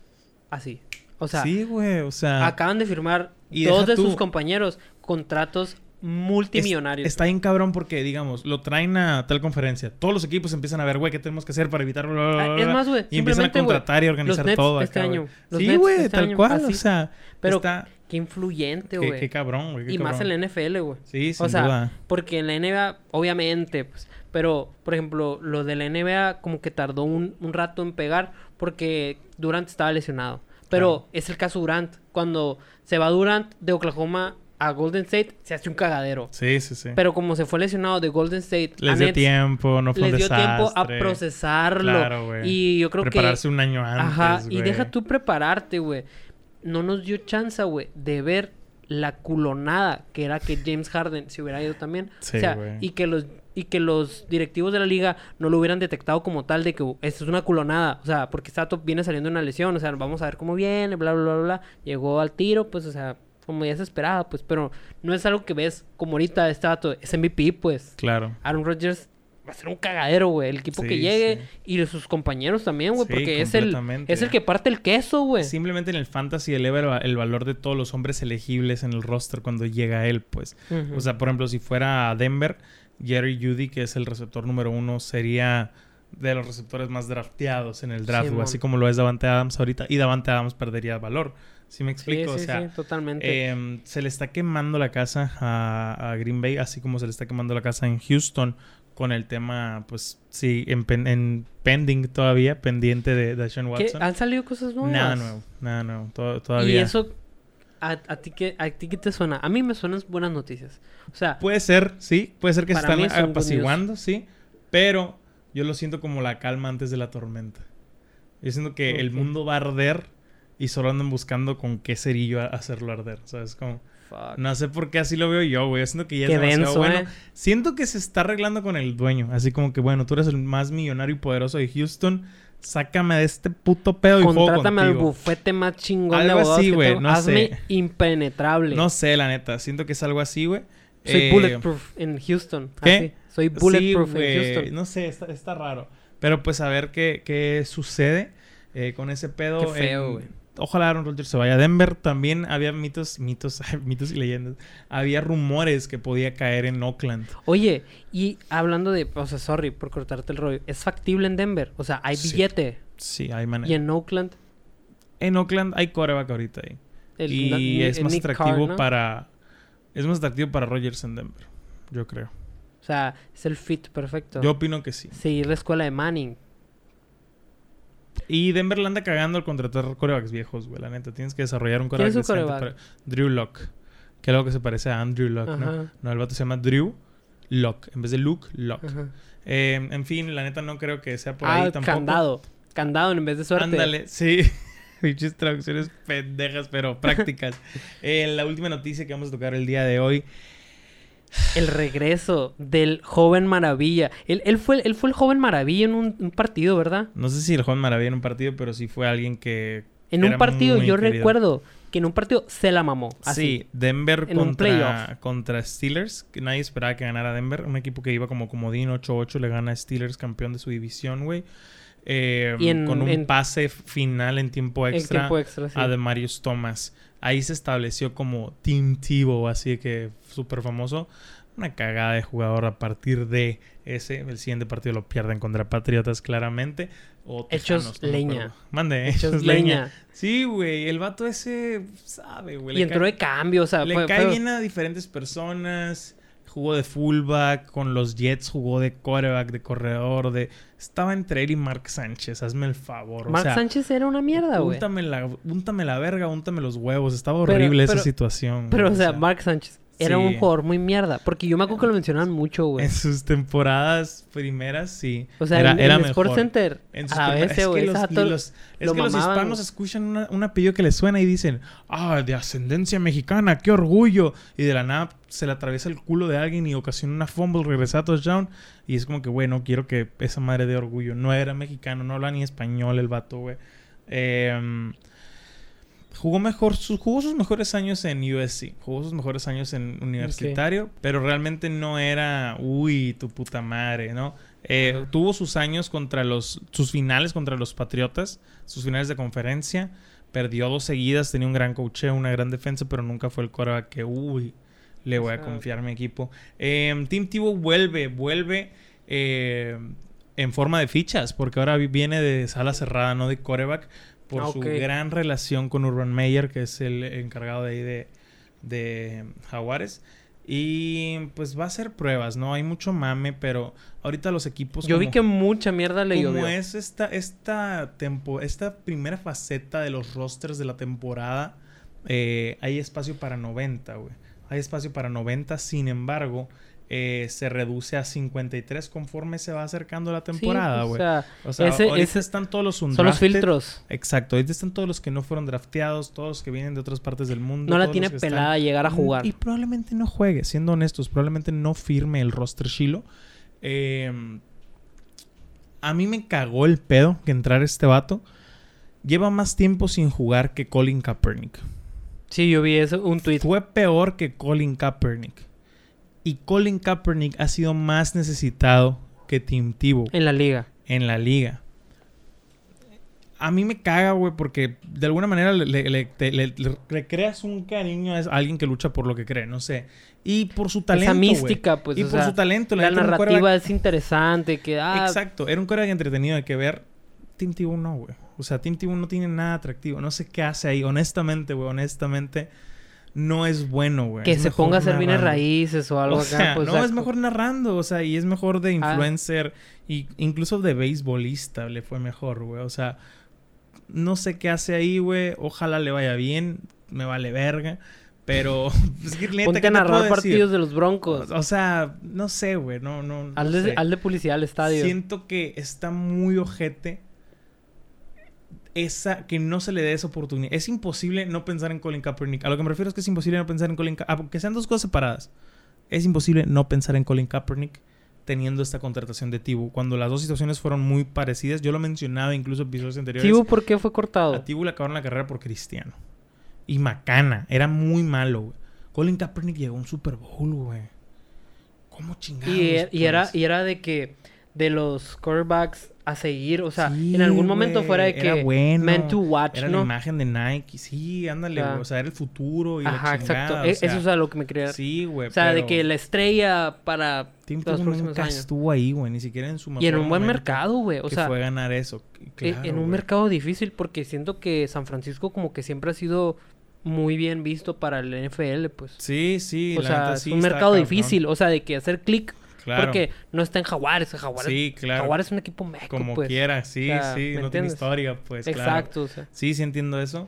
Speaker 2: así. O sea,
Speaker 1: sí, güey, o sea...
Speaker 2: acaban de firmar
Speaker 1: Y
Speaker 2: dos
Speaker 1: deja
Speaker 2: de sus
Speaker 1: tú.
Speaker 2: compañeros contratos
Speaker 1: es-
Speaker 2: multimillonarios.
Speaker 1: está bien cabrón porque, digamos, lo traen a tal conferencia. Todos los equipos empiezan a ver, güey, ¿qué tenemos que hacer para evitar... bla, bla, bla,
Speaker 2: Ah,
Speaker 1: bla,
Speaker 2: es
Speaker 1: bla?
Speaker 2: más, güey,
Speaker 1: Y empiezan a
Speaker 2: simplemente, güey,
Speaker 1: contratar y organizar
Speaker 2: Nets
Speaker 1: todo
Speaker 2: este
Speaker 1: acá, güey.
Speaker 2: año, los
Speaker 1: Sí,
Speaker 2: Nets
Speaker 1: güey,
Speaker 2: este
Speaker 1: tal
Speaker 2: año,
Speaker 1: cual, o
Speaker 2: así.
Speaker 1: sea,
Speaker 2: Pero
Speaker 1: está...
Speaker 2: qué influyente,
Speaker 1: Qué,
Speaker 2: Este, güey.
Speaker 1: qué cabrón, güey. qué
Speaker 2: Y más en
Speaker 1: cabrón.
Speaker 2: la NFL, güey.
Speaker 1: Sí, sin
Speaker 2: o sea,
Speaker 1: duda.
Speaker 2: porque en la NBA, obviamente, pues, pero, por ejemplo, lo de la NBA como que tardó un, un rato en pegar porque Durant estaba lesionado. Pero
Speaker 1: Claro.
Speaker 2: es el caso Durant. Cuando se va Durant de Oklahoma a Golden State, se hace un cagadero.
Speaker 1: Sí, sí, sí.
Speaker 2: Pero como se fue lesionado de Golden State, a
Speaker 1: les dio
Speaker 2: Nets,
Speaker 1: tiempo, no fue
Speaker 2: les
Speaker 1: un
Speaker 2: dio tiempo a
Speaker 1: desastre.
Speaker 2: procesarlo.
Speaker 1: Claro, güey.
Speaker 2: y yo creo que
Speaker 1: Prepararse un año antes,
Speaker 2: Ajá, y
Speaker 1: güey.
Speaker 2: deja tú prepararte, güey. No nos dio chance, güey, de ver la culonada que era que James Harden se hubiera ido también.
Speaker 1: Sí,
Speaker 2: o sea,
Speaker 1: güey.
Speaker 2: y que los y que los directivos de la liga no lo hubieran detectado como tal de que uh, esto es una culonada, o sea, porque Sato viene saliendo de una lesión, o sea, vamos a ver cómo viene, bla bla bla bla, llegó al tiro, pues o sea, como ya se esperaba, pues, pero no es algo que ves como ahorita este vato, es MVP, pues.
Speaker 1: Claro.
Speaker 2: Aaron Rodgers va a ser un cagadero, güey. El equipo que
Speaker 1: Sí,
Speaker 2: llegue y de sus compañeros también, güey.
Speaker 1: Sí,
Speaker 2: porque es el,
Speaker 1: completamente.
Speaker 2: es el que parte el queso, güey.
Speaker 1: Simplemente en el fantasy eleva el, va- el valor de todos los hombres elegibles en el roster cuando llega él, pues.
Speaker 2: Ujú.
Speaker 1: O sea, por ejemplo, si fuera a Denver, Jerry Judy, que es el receptor número uno, sería de los receptores más drafteados en el draft, güey,
Speaker 2: Simón.
Speaker 1: así como lo es Davante Adams ahorita. Y Davante Adams perdería valor. ¿Sí me
Speaker 2: sí,
Speaker 1: explico?
Speaker 2: sí,
Speaker 1: o sea,
Speaker 2: sí, totalmente.
Speaker 1: Eh, se le está quemando la casa a, a Green Bay, así como se le está quemando la casa en Houston con el tema, pues sí, en, pen- en pending todavía, pendiente de, de Sean
Speaker 2: ¿Qué?
Speaker 1: Watson.
Speaker 2: ¿Han salido cosas nuevas?
Speaker 1: Nada nuevo, nada nuevo, to-
Speaker 2: Y
Speaker 1: todavía.
Speaker 2: eso, a, a ti que, ¿a ti qué te suena? A mí me suenan buenas noticias. O sea,
Speaker 1: Puede ser, sí, puede ser que se
Speaker 2: Para mí
Speaker 1: están
Speaker 2: son good news.
Speaker 1: apaciguando, sí, pero yo lo siento como la calma antes de la tormenta. Yo siento que el
Speaker 2: Ok.
Speaker 1: mundo va a arder y solo andan buscando con qué cerillo a- hacerlo arder, ¿sabes? Como,
Speaker 2: fuck.
Speaker 1: no sé por qué así lo veo yo, güey. Yo siento que ya
Speaker 2: qué
Speaker 1: es demasiado
Speaker 2: denso,
Speaker 1: bueno.
Speaker 2: eh.
Speaker 1: Siento que se está arreglando con el dueño. Así como que, bueno, tú eres el más millonario y poderoso de Houston. Sácame de este puto pedo y juego
Speaker 2: Contrátame al
Speaker 1: contigo.
Speaker 2: bufete más chingón de
Speaker 1: Algo
Speaker 2: abogados
Speaker 1: así,
Speaker 2: que
Speaker 1: güey,
Speaker 2: tengo.
Speaker 1: no
Speaker 2: Hazme
Speaker 1: sé.
Speaker 2: impenetrable.
Speaker 1: No sé, la neta. Siento que es algo así, güey.
Speaker 2: Soy
Speaker 1: Eh,
Speaker 2: bulletproof en Houston.
Speaker 1: ¿qué?
Speaker 2: así. Soy
Speaker 1: sí,
Speaker 2: bulletproof
Speaker 1: güey,
Speaker 2: en Houston.
Speaker 1: No sé, está, está raro. Pero pues a ver qué, qué sucede eh, con ese pedo.
Speaker 2: Qué feo,
Speaker 1: en-
Speaker 2: güey.
Speaker 1: Ojalá Aaron Rodgers se vaya a Denver. También había mitos, mitos, mitos y leyendas. Había rumores que podía caer en Oakland.
Speaker 2: Oye, y hablando de, o sea, sorry por cortarte el rollo, es factible en Denver, o sea, hay
Speaker 1: Sí.
Speaker 2: billete
Speaker 1: Sí, hay manera.
Speaker 2: y en Oakland
Speaker 1: En Oakland hay coreback ahorita ahí.
Speaker 2: el,
Speaker 1: y
Speaker 2: el
Speaker 1: es más
Speaker 2: Nick Carr,
Speaker 1: atractivo
Speaker 2: ¿no?
Speaker 1: para es más atractivo para Rogers en Denver, yo creo.
Speaker 2: o sea, es el fit perfecto.
Speaker 1: Yo opino que sí.
Speaker 2: Seguir la escuela de Manning.
Speaker 1: Y Denver la anda cagando al contratar corebacks viejos, güey. La neta, tienes que desarrollar un
Speaker 2: ¿Quién
Speaker 1: coreback.
Speaker 2: es su
Speaker 1: decente
Speaker 2: coreback?
Speaker 1: para- Drew Lock. Que es algo que se parece a Andrew Lock, ¿no?
Speaker 2: Ajá.
Speaker 1: No, el vato se llama Drew Lock. En vez de Luke, Lock.
Speaker 2: Ajá.
Speaker 1: Eh, en fin, la neta no creo que sea por
Speaker 2: Ah,
Speaker 1: ahí tampoco.
Speaker 2: candado, candado en vez de suerte.
Speaker 1: Ándale, sí. Pinches traducciones pendejas, pero prácticas. Eh, la última noticia que vamos a tocar el día de hoy
Speaker 2: El regreso del joven maravilla. Él, él fue, él fue el joven maravilla en un, un partido, ¿verdad?
Speaker 1: No sé si el joven Maravilla en un partido, pero sí fue alguien que.
Speaker 2: En
Speaker 1: era
Speaker 2: un partido
Speaker 1: muy
Speaker 2: yo
Speaker 1: querido.
Speaker 2: recuerdo que en un partido se la mamó. Así.
Speaker 1: Sí, Denver
Speaker 2: en un
Speaker 1: contra,
Speaker 2: playoff.
Speaker 1: contra Steelers. Que nadie esperaba que ganara Denver. Un equipo que iba como comodín 8-8, le gana a Steelers, campeón de su división, güey. Eh,
Speaker 2: Y en-
Speaker 1: con un
Speaker 2: en-
Speaker 1: pase final en tiempo
Speaker 2: El
Speaker 1: extra
Speaker 2: tiempo extra, sí.
Speaker 1: a de Marius Thomas. Ahí se estableció como Team Tebow, así de que súper famoso. Una cagada de jugador a partir de ese. El siguiente partido lo pierden contra Patriotas, claramente. O
Speaker 2: Hechos
Speaker 1: Tejanos, no me
Speaker 2: leña.
Speaker 1: acuerdo. Mande,
Speaker 2: Hechos leña.
Speaker 1: Sí, güey. El vato ese sabe, güey.
Speaker 2: Y
Speaker 1: le
Speaker 2: entró
Speaker 1: cae-
Speaker 2: de cambio, o sea,
Speaker 1: le
Speaker 2: Ah, fue-
Speaker 1: cae
Speaker 2: fue-
Speaker 1: bien a diferentes personas. Jugó de fullback, con los Jets jugó de quarterback, de corredor, de... Estaba entre él y Mark Sánchez, hazme el favor.
Speaker 2: Mark
Speaker 1: o sea,
Speaker 2: Sánchez era una mierda, güey.
Speaker 1: úntame la, úntame la verga, úntame los huevos. Estaba
Speaker 2: Pero-
Speaker 1: horrible esa
Speaker 2: pero-
Speaker 1: situación.
Speaker 2: Pero,
Speaker 1: güey,
Speaker 2: o sea, Mark Sánchez era un
Speaker 1: Sí.
Speaker 2: jugador muy mierda. Porque yo me acuerdo que lo mencionaban mucho, güey.
Speaker 1: En sus temporadas primeras, sí.
Speaker 2: O sea,
Speaker 1: era,
Speaker 2: en,
Speaker 1: era
Speaker 2: en
Speaker 1: mejor.
Speaker 2: Sports Center,
Speaker 1: En sus
Speaker 2: a
Speaker 1: primeras-
Speaker 2: veces, güey,
Speaker 1: es que,
Speaker 2: ese
Speaker 1: los,
Speaker 2: vato
Speaker 1: los- es
Speaker 2: lo
Speaker 1: que los
Speaker 2: mamaban,
Speaker 1: hispanos
Speaker 2: güey.
Speaker 1: escuchan una- un apellido que les suena y dicen, ah, de ascendencia mexicana, qué orgullo. Y de la nada se le atraviesa el culo de alguien y ocasiona una fumble, regresa a touchdown. Y es como que, güey, no quiero que esa madre de orgullo. No era mexicano, no habla ni español el vato, güey. Em, jugó mejor, sus- jugó sus mejores años en USC, jugó sus mejores años en universitario, pero realmente no era, uy, tu puta madre, ¿no? Eh,
Speaker 2: Ajá.
Speaker 1: Tuvo sus años contra los, sus finales contra los Patriotas, sus finales de conferencia, perdió dos seguidas, tenía un gran coacheo, una gran defensa, pero nunca fue el coreback que, uy, le voy a
Speaker 2: Exacto.
Speaker 1: confiar mi equipo. Em, Tim Tebow vuelve, vuelve eh, en forma de fichas, porque ahora vi- viene de sala cerrada, no de coreback, por
Speaker 2: Ah, ok.
Speaker 1: su gran relación con Urban Meyer, que es el encargado de ahí de, de Jaguares. Y pues va a hacer pruebas, ¿no? Hay mucho mame, pero ahorita los equipos...
Speaker 2: yo vi
Speaker 1: como-
Speaker 2: que mucha mierda le
Speaker 1: como
Speaker 2: llovió.
Speaker 1: es esta, esta, tempo, esta primera faceta de los rosters de la temporada, eh, hay espacio para 90, güey. Hay espacio para 90, sin embargo, eh, se reduce a 53 conforme se va acercando la
Speaker 2: Sí,
Speaker 1: temporada, güey.
Speaker 2: o sea,
Speaker 1: o sea,
Speaker 2: ese-
Speaker 1: ahorita
Speaker 2: ese-
Speaker 1: están todos los
Speaker 2: son los
Speaker 1: undrafted.
Speaker 2: filtros.
Speaker 1: Exacto, ahorita están todos los que no fueron drafteados, todos los que vienen de otras partes del mundo.
Speaker 2: No la
Speaker 1: todos
Speaker 2: tiene
Speaker 1: los que están- Mm,
Speaker 2: pelada llegar a jugar.
Speaker 1: y probablemente no juegue, siendo honestos, probablemente no firme el roster Shilo. Eh, a mí me cagó el pedo que entrar este vato. Lleva más tiempo sin jugar que Colin Kaepernick.
Speaker 2: Sí, yo vi eso, un tweet.
Speaker 1: Fue peor que Colin Kaepernick. Y Colin Kaepernick ha sido más necesitado que Tim Tebow
Speaker 2: En la liga.
Speaker 1: en la liga. A mí me caga, güey, porque de alguna manera le, le- le- te- le- le recreas un cariño a es- a alguien que lucha por lo que cree, no sé. Y por su talento.
Speaker 2: Esa
Speaker 1: güey.
Speaker 2: mística, pues.
Speaker 1: y
Speaker 2: o
Speaker 1: por
Speaker 2: sea,
Speaker 1: su talento.
Speaker 2: la
Speaker 1: neta, era un
Speaker 2: narrativa
Speaker 1: quarterback-
Speaker 2: es interesante. Que, ah,
Speaker 1: Exacto, era un coreback entretenido de que ver. Team Tebow no, güey. O sea, Team Tebow no tiene nada atractivo. No sé qué hace ahí. Honestamente, güey, honestamente, no es bueno, güey.
Speaker 2: que
Speaker 1: Es
Speaker 2: se
Speaker 1: mejor
Speaker 2: ponga a hacer bienes
Speaker 1: narrando.
Speaker 2: raíces o algo
Speaker 1: O sea,
Speaker 2: acá. Pues,
Speaker 1: no, es
Speaker 2: exacto.
Speaker 1: mejor narrando, o sea, y es mejor de
Speaker 2: Ah.
Speaker 1: influencer, y incluso de beisbolista le fue mejor, güey. O sea, no sé qué hace ahí, güey. Ojalá le vaya bien, me vale verga. Pero, es que neta,
Speaker 2: Ponte
Speaker 1: ¿qué
Speaker 2: a
Speaker 1: te
Speaker 2: narrar
Speaker 1: puedo decir?
Speaker 2: partidos de los broncos.
Speaker 1: O sea, no sé, güey, no, no. no
Speaker 2: Hazle,
Speaker 1: sé.
Speaker 2: hazle publicidad al estadio.
Speaker 1: Siento que está muy ojete esa que no se le dé esa oportunidad. Es imposible no pensar en Colin Kaepernick. A lo que me refiero es que es imposible no pensar en Colin Kaepernick. Aunque sean dos cosas separadas. Es imposible no pensar en Colin Kaepernick teniendo esta contratación de Tibu. Cuando las dos situaciones fueron muy parecidas, yo lo mencionaba incluso en episodios anteriores.
Speaker 2: Chivo, ¿por qué fue cortado?
Speaker 1: A Tibu le acabaron la carrera por Cristiano. Y Macana. Era muy malo, güey. Colin Kaepernick llegó a un Super Bowl, güey. ¿Cómo chingados?
Speaker 2: Y, er- y era,
Speaker 1: pues?
Speaker 2: y era de que de los quarterbacks a seguir, o sea,
Speaker 1: Sí,
Speaker 2: en algún momento
Speaker 1: güey,
Speaker 2: fuera de
Speaker 1: era
Speaker 2: que
Speaker 1: bueno,
Speaker 2: meant to watch,
Speaker 1: Era la
Speaker 2: ¿no?
Speaker 1: imagen de Nike, sí, ándale,
Speaker 2: Ajá.
Speaker 1: güey. O sea, era el futuro y la
Speaker 2: Ajá,
Speaker 1: chingada,
Speaker 2: exacto.
Speaker 1: o
Speaker 2: E-
Speaker 1: sea,
Speaker 2: Eso es a lo que me quería.
Speaker 1: Sí, güey.
Speaker 2: o sea, de
Speaker 1: pero
Speaker 2: que la estrella para
Speaker 1: Tim
Speaker 2: los
Speaker 1: Tebow
Speaker 2: próximos
Speaker 1: nunca
Speaker 2: años.
Speaker 1: estuvo ahí, güey. Ni siquiera en su
Speaker 2: Y en
Speaker 1: mejor
Speaker 2: un buen
Speaker 1: momento
Speaker 2: mercado, güey. O
Speaker 1: que
Speaker 2: sea,
Speaker 1: fue ganar eso. c-
Speaker 2: e-
Speaker 1: claro,
Speaker 2: en un
Speaker 1: güey.
Speaker 2: mercado difícil porque siento que San Francisco como que siempre ha sido muy bien visto para el NFL, pues.
Speaker 1: Sí, sí.
Speaker 2: o
Speaker 1: la
Speaker 2: sea,
Speaker 1: neta
Speaker 2: es
Speaker 1: sí
Speaker 2: un
Speaker 1: está
Speaker 2: mercado
Speaker 1: cabrón.
Speaker 2: difícil, o sea, de que hacer clic
Speaker 1: Claro.
Speaker 2: porque no está en Jaguares, Jaguares,
Speaker 1: sí, claro.
Speaker 2: Jaguares es un equipo meco,
Speaker 1: como
Speaker 2: pues.
Speaker 1: quiera, sí,
Speaker 2: sea,
Speaker 1: sí.
Speaker 2: ¿me
Speaker 1: No tiene
Speaker 2: entiendes?
Speaker 1: historia, pues, claro.
Speaker 2: Exacto, o sea.
Speaker 1: Sí, sí entiendo eso.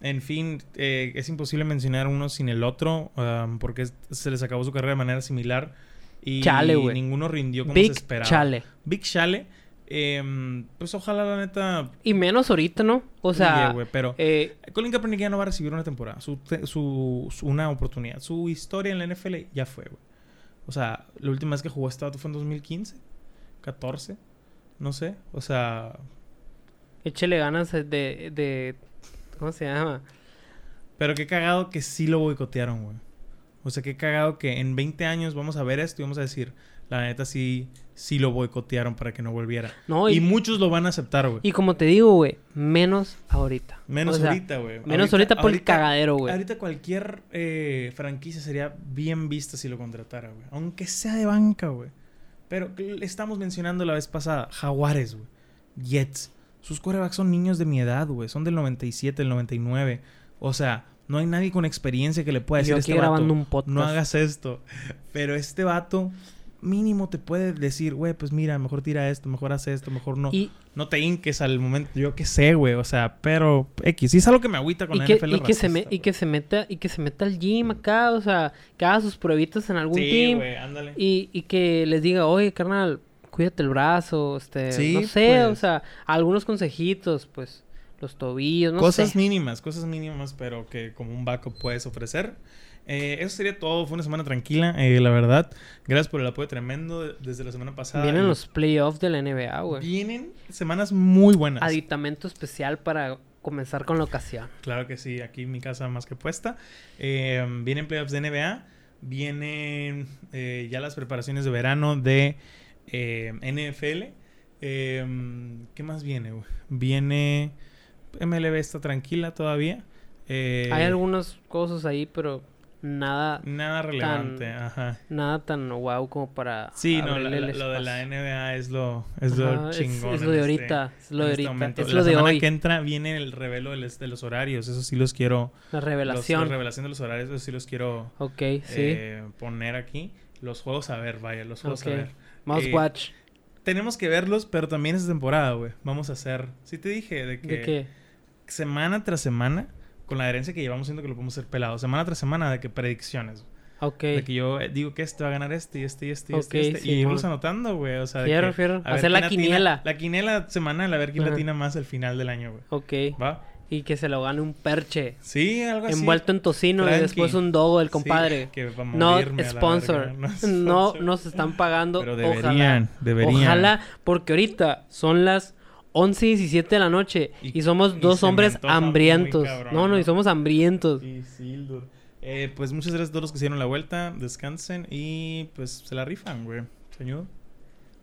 Speaker 1: En fin, eh, es imposible mencionar uno sin el otro um, porque es- se les acabó su carrera de manera similar y
Speaker 2: Chale, güey.
Speaker 1: ninguno rindió como se
Speaker 2: Big
Speaker 1: esperaba.
Speaker 2: Chale.
Speaker 1: Big Chale, em, pues ojalá la neta
Speaker 2: Y menos ahorita, ¿no? O sea,
Speaker 1: huye, güey, pero
Speaker 2: eh,
Speaker 1: Colin Kaepernick ya no va a recibir una temporada, su, te- su- su- una oportunidad, su historia en la NFL ya fue, güey. O sea, la última vez que jugó este vato fue en 2015, 14, no sé, o sea,
Speaker 2: échele ganas de, de- ¿Cómo se llama?
Speaker 1: Pero qué cagado que sí lo boicotearon, güey. O sea, qué cagado que en 20 años vamos a ver esto y vamos a decir, la neta sí, sí lo boicotearon para que no volviera.
Speaker 2: No,
Speaker 1: y,
Speaker 2: y,
Speaker 1: muchos lo van a aceptar, güey.
Speaker 2: y como te digo, güey, menos ahorita.
Speaker 1: Menos
Speaker 2: O sea,
Speaker 1: ahorita, güey.
Speaker 2: Menos ahorita, por el cagadero, güey.
Speaker 1: Ahorita cualquier eh, franquicia sería bien vista si lo contratara, güey. Aunque sea de banca, güey. Pero le estamos mencionando la vez pasada, Jaguares, güey. Jets. Sus quarterbacks son niños de mi edad, güey. Son del 97, el 99. O sea, no hay nadie con experiencia que le pueda
Speaker 2: Yo
Speaker 1: decir
Speaker 2: aquí
Speaker 1: este vato,
Speaker 2: grabando un podcast.
Speaker 1: no hagas esto. Pero este vato mínimo te puede decir, güey, pues mira, mejor tira esto, mejor haz esto, mejor no.
Speaker 2: Y-
Speaker 1: no te hinques al momento, yo qué sé, güey, o sea, pero X, sí es algo que me agüita con
Speaker 2: Y
Speaker 1: la
Speaker 2: que,
Speaker 1: NFL
Speaker 2: y que se me-
Speaker 1: racista,
Speaker 2: y que se meta y que se meta al gym acá, o sea, que haga sus pruebitas en algún
Speaker 1: güey. Sí,
Speaker 2: team
Speaker 1: güey, ándale.
Speaker 2: y, y que les diga, "Oye, carnal, cuídate el brazo, este,
Speaker 1: Sí,
Speaker 2: no sé, o
Speaker 1: pues.
Speaker 2: sea, algunos consejitos, pues los tobillos, no
Speaker 1: cosas
Speaker 2: sé.
Speaker 1: mínimas, cosas mínimas, pero que como un backup puedes ofrecer. Eh, eso sería todo. Fue una semana tranquila, eh, la verdad. Gracias por el apoyo tremendo desde la semana pasada.
Speaker 2: Vienen
Speaker 1: Y
Speaker 2: los playoffs de la NBA, güey.
Speaker 1: Vienen semanas muy buenas.
Speaker 2: Aditamento especial para comenzar con la ocasión.
Speaker 1: Claro que sí, aquí en mi casa más que puesta. Eh, vienen playoffs de NBA, vienen eh, ya las preparaciones de verano de eh, NFL. Eh, ¿Qué más viene? güey? Viene MLB está tranquila todavía. Eh,
Speaker 2: Hay algunas cosas ahí, pero nada
Speaker 1: Nada relevante, ajá.
Speaker 2: nada tan guau como para
Speaker 1: Sí, no, la-
Speaker 2: abrirle
Speaker 1: la-
Speaker 2: el
Speaker 1: lo de la
Speaker 2: espacio.
Speaker 1: NBA es lo, es
Speaker 2: Ajá,
Speaker 1: lo
Speaker 2: es-
Speaker 1: chingón.
Speaker 2: es lo de
Speaker 1: en este,
Speaker 2: ahorita, es
Speaker 1: en
Speaker 2: lo de
Speaker 1: este
Speaker 2: ahorita,
Speaker 1: momento.
Speaker 2: es
Speaker 1: La
Speaker 2: lo de
Speaker 1: semana
Speaker 2: hoy.
Speaker 1: que entra viene el revelo de los, de los horarios. Eso sí los quiero.
Speaker 2: La
Speaker 1: los-
Speaker 2: revelación.
Speaker 1: La revelación de los horarios, eso sí los quiero
Speaker 2: Ok, sí.
Speaker 1: eh, poner aquí. Los juegos a ver, vaya, los juegos
Speaker 2: Ok.
Speaker 1: a ver.
Speaker 2: Mouse
Speaker 1: eh,
Speaker 2: Watch.
Speaker 1: Tenemos que verlos, pero también esta temporada, güey. Vamos a hacer. Sí te dije de que
Speaker 2: ¿De qué?
Speaker 1: semana tras semana, con la herencia que llevamos, siento que lo podemos hacer pelado. Semana tras semana de que predicciones.
Speaker 2: Ok.
Speaker 1: De que yo eh, digo que este va a ganar este y este y este y este. y
Speaker 2: Ok,
Speaker 1: este,
Speaker 2: sí,
Speaker 1: y irlos
Speaker 2: bueno.
Speaker 1: anotando, güey. O sea, de
Speaker 2: Fierro,
Speaker 1: que,
Speaker 2: fierro.
Speaker 1: a ver
Speaker 2: Hacer la
Speaker 1: quién atina-
Speaker 2: quiniela.
Speaker 1: la quiniela semanal, a ver quién
Speaker 2: Ajá.
Speaker 1: latina más al final del año, güey.
Speaker 2: Ok.
Speaker 1: ¿Va?
Speaker 2: Y que se lo gane un perche.
Speaker 1: Ah, Sí, algo así.
Speaker 2: Envuelto en tocino
Speaker 1: Tranqui.
Speaker 2: y después un dogo el
Speaker 1: Sí,
Speaker 2: compadre.
Speaker 1: que va a
Speaker 2: No
Speaker 1: morirme a la
Speaker 2: sponsor.
Speaker 1: verga, no es
Speaker 2: No
Speaker 1: sponsor.
Speaker 2: nos están pagando.
Speaker 1: Pero
Speaker 2: ojalá.
Speaker 1: deberían, deberían.
Speaker 2: Ojalá, porque ahorita son las 11 y 17 de la noche y,
Speaker 1: Y- y
Speaker 2: somos dos
Speaker 1: se me
Speaker 2: hombres
Speaker 1: antoja muy
Speaker 2: hambrientos.
Speaker 1: cabrón,
Speaker 2: no, no, y
Speaker 1: ¿no?
Speaker 2: somos hambrientos.
Speaker 1: Sí, sí, dude. Eh, pues muchas gracias a todos los que se dieron la vuelta. Descansen y pues se la rifan, güey. Señor.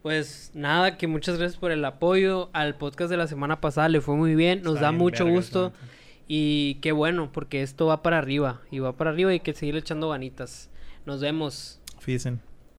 Speaker 2: Pues nada, que muchas gracias por el apoyo al podcast de la semana pasada, le fue muy bien, nos
Speaker 1: Está
Speaker 2: da
Speaker 1: bien
Speaker 2: mucho
Speaker 1: verga,
Speaker 2: gusto
Speaker 1: la neta.
Speaker 2: y qué bueno, porque esto va para arriba y va para arriba y hay que seguir echando ganitas. Nos vemos.
Speaker 1: Fíjense.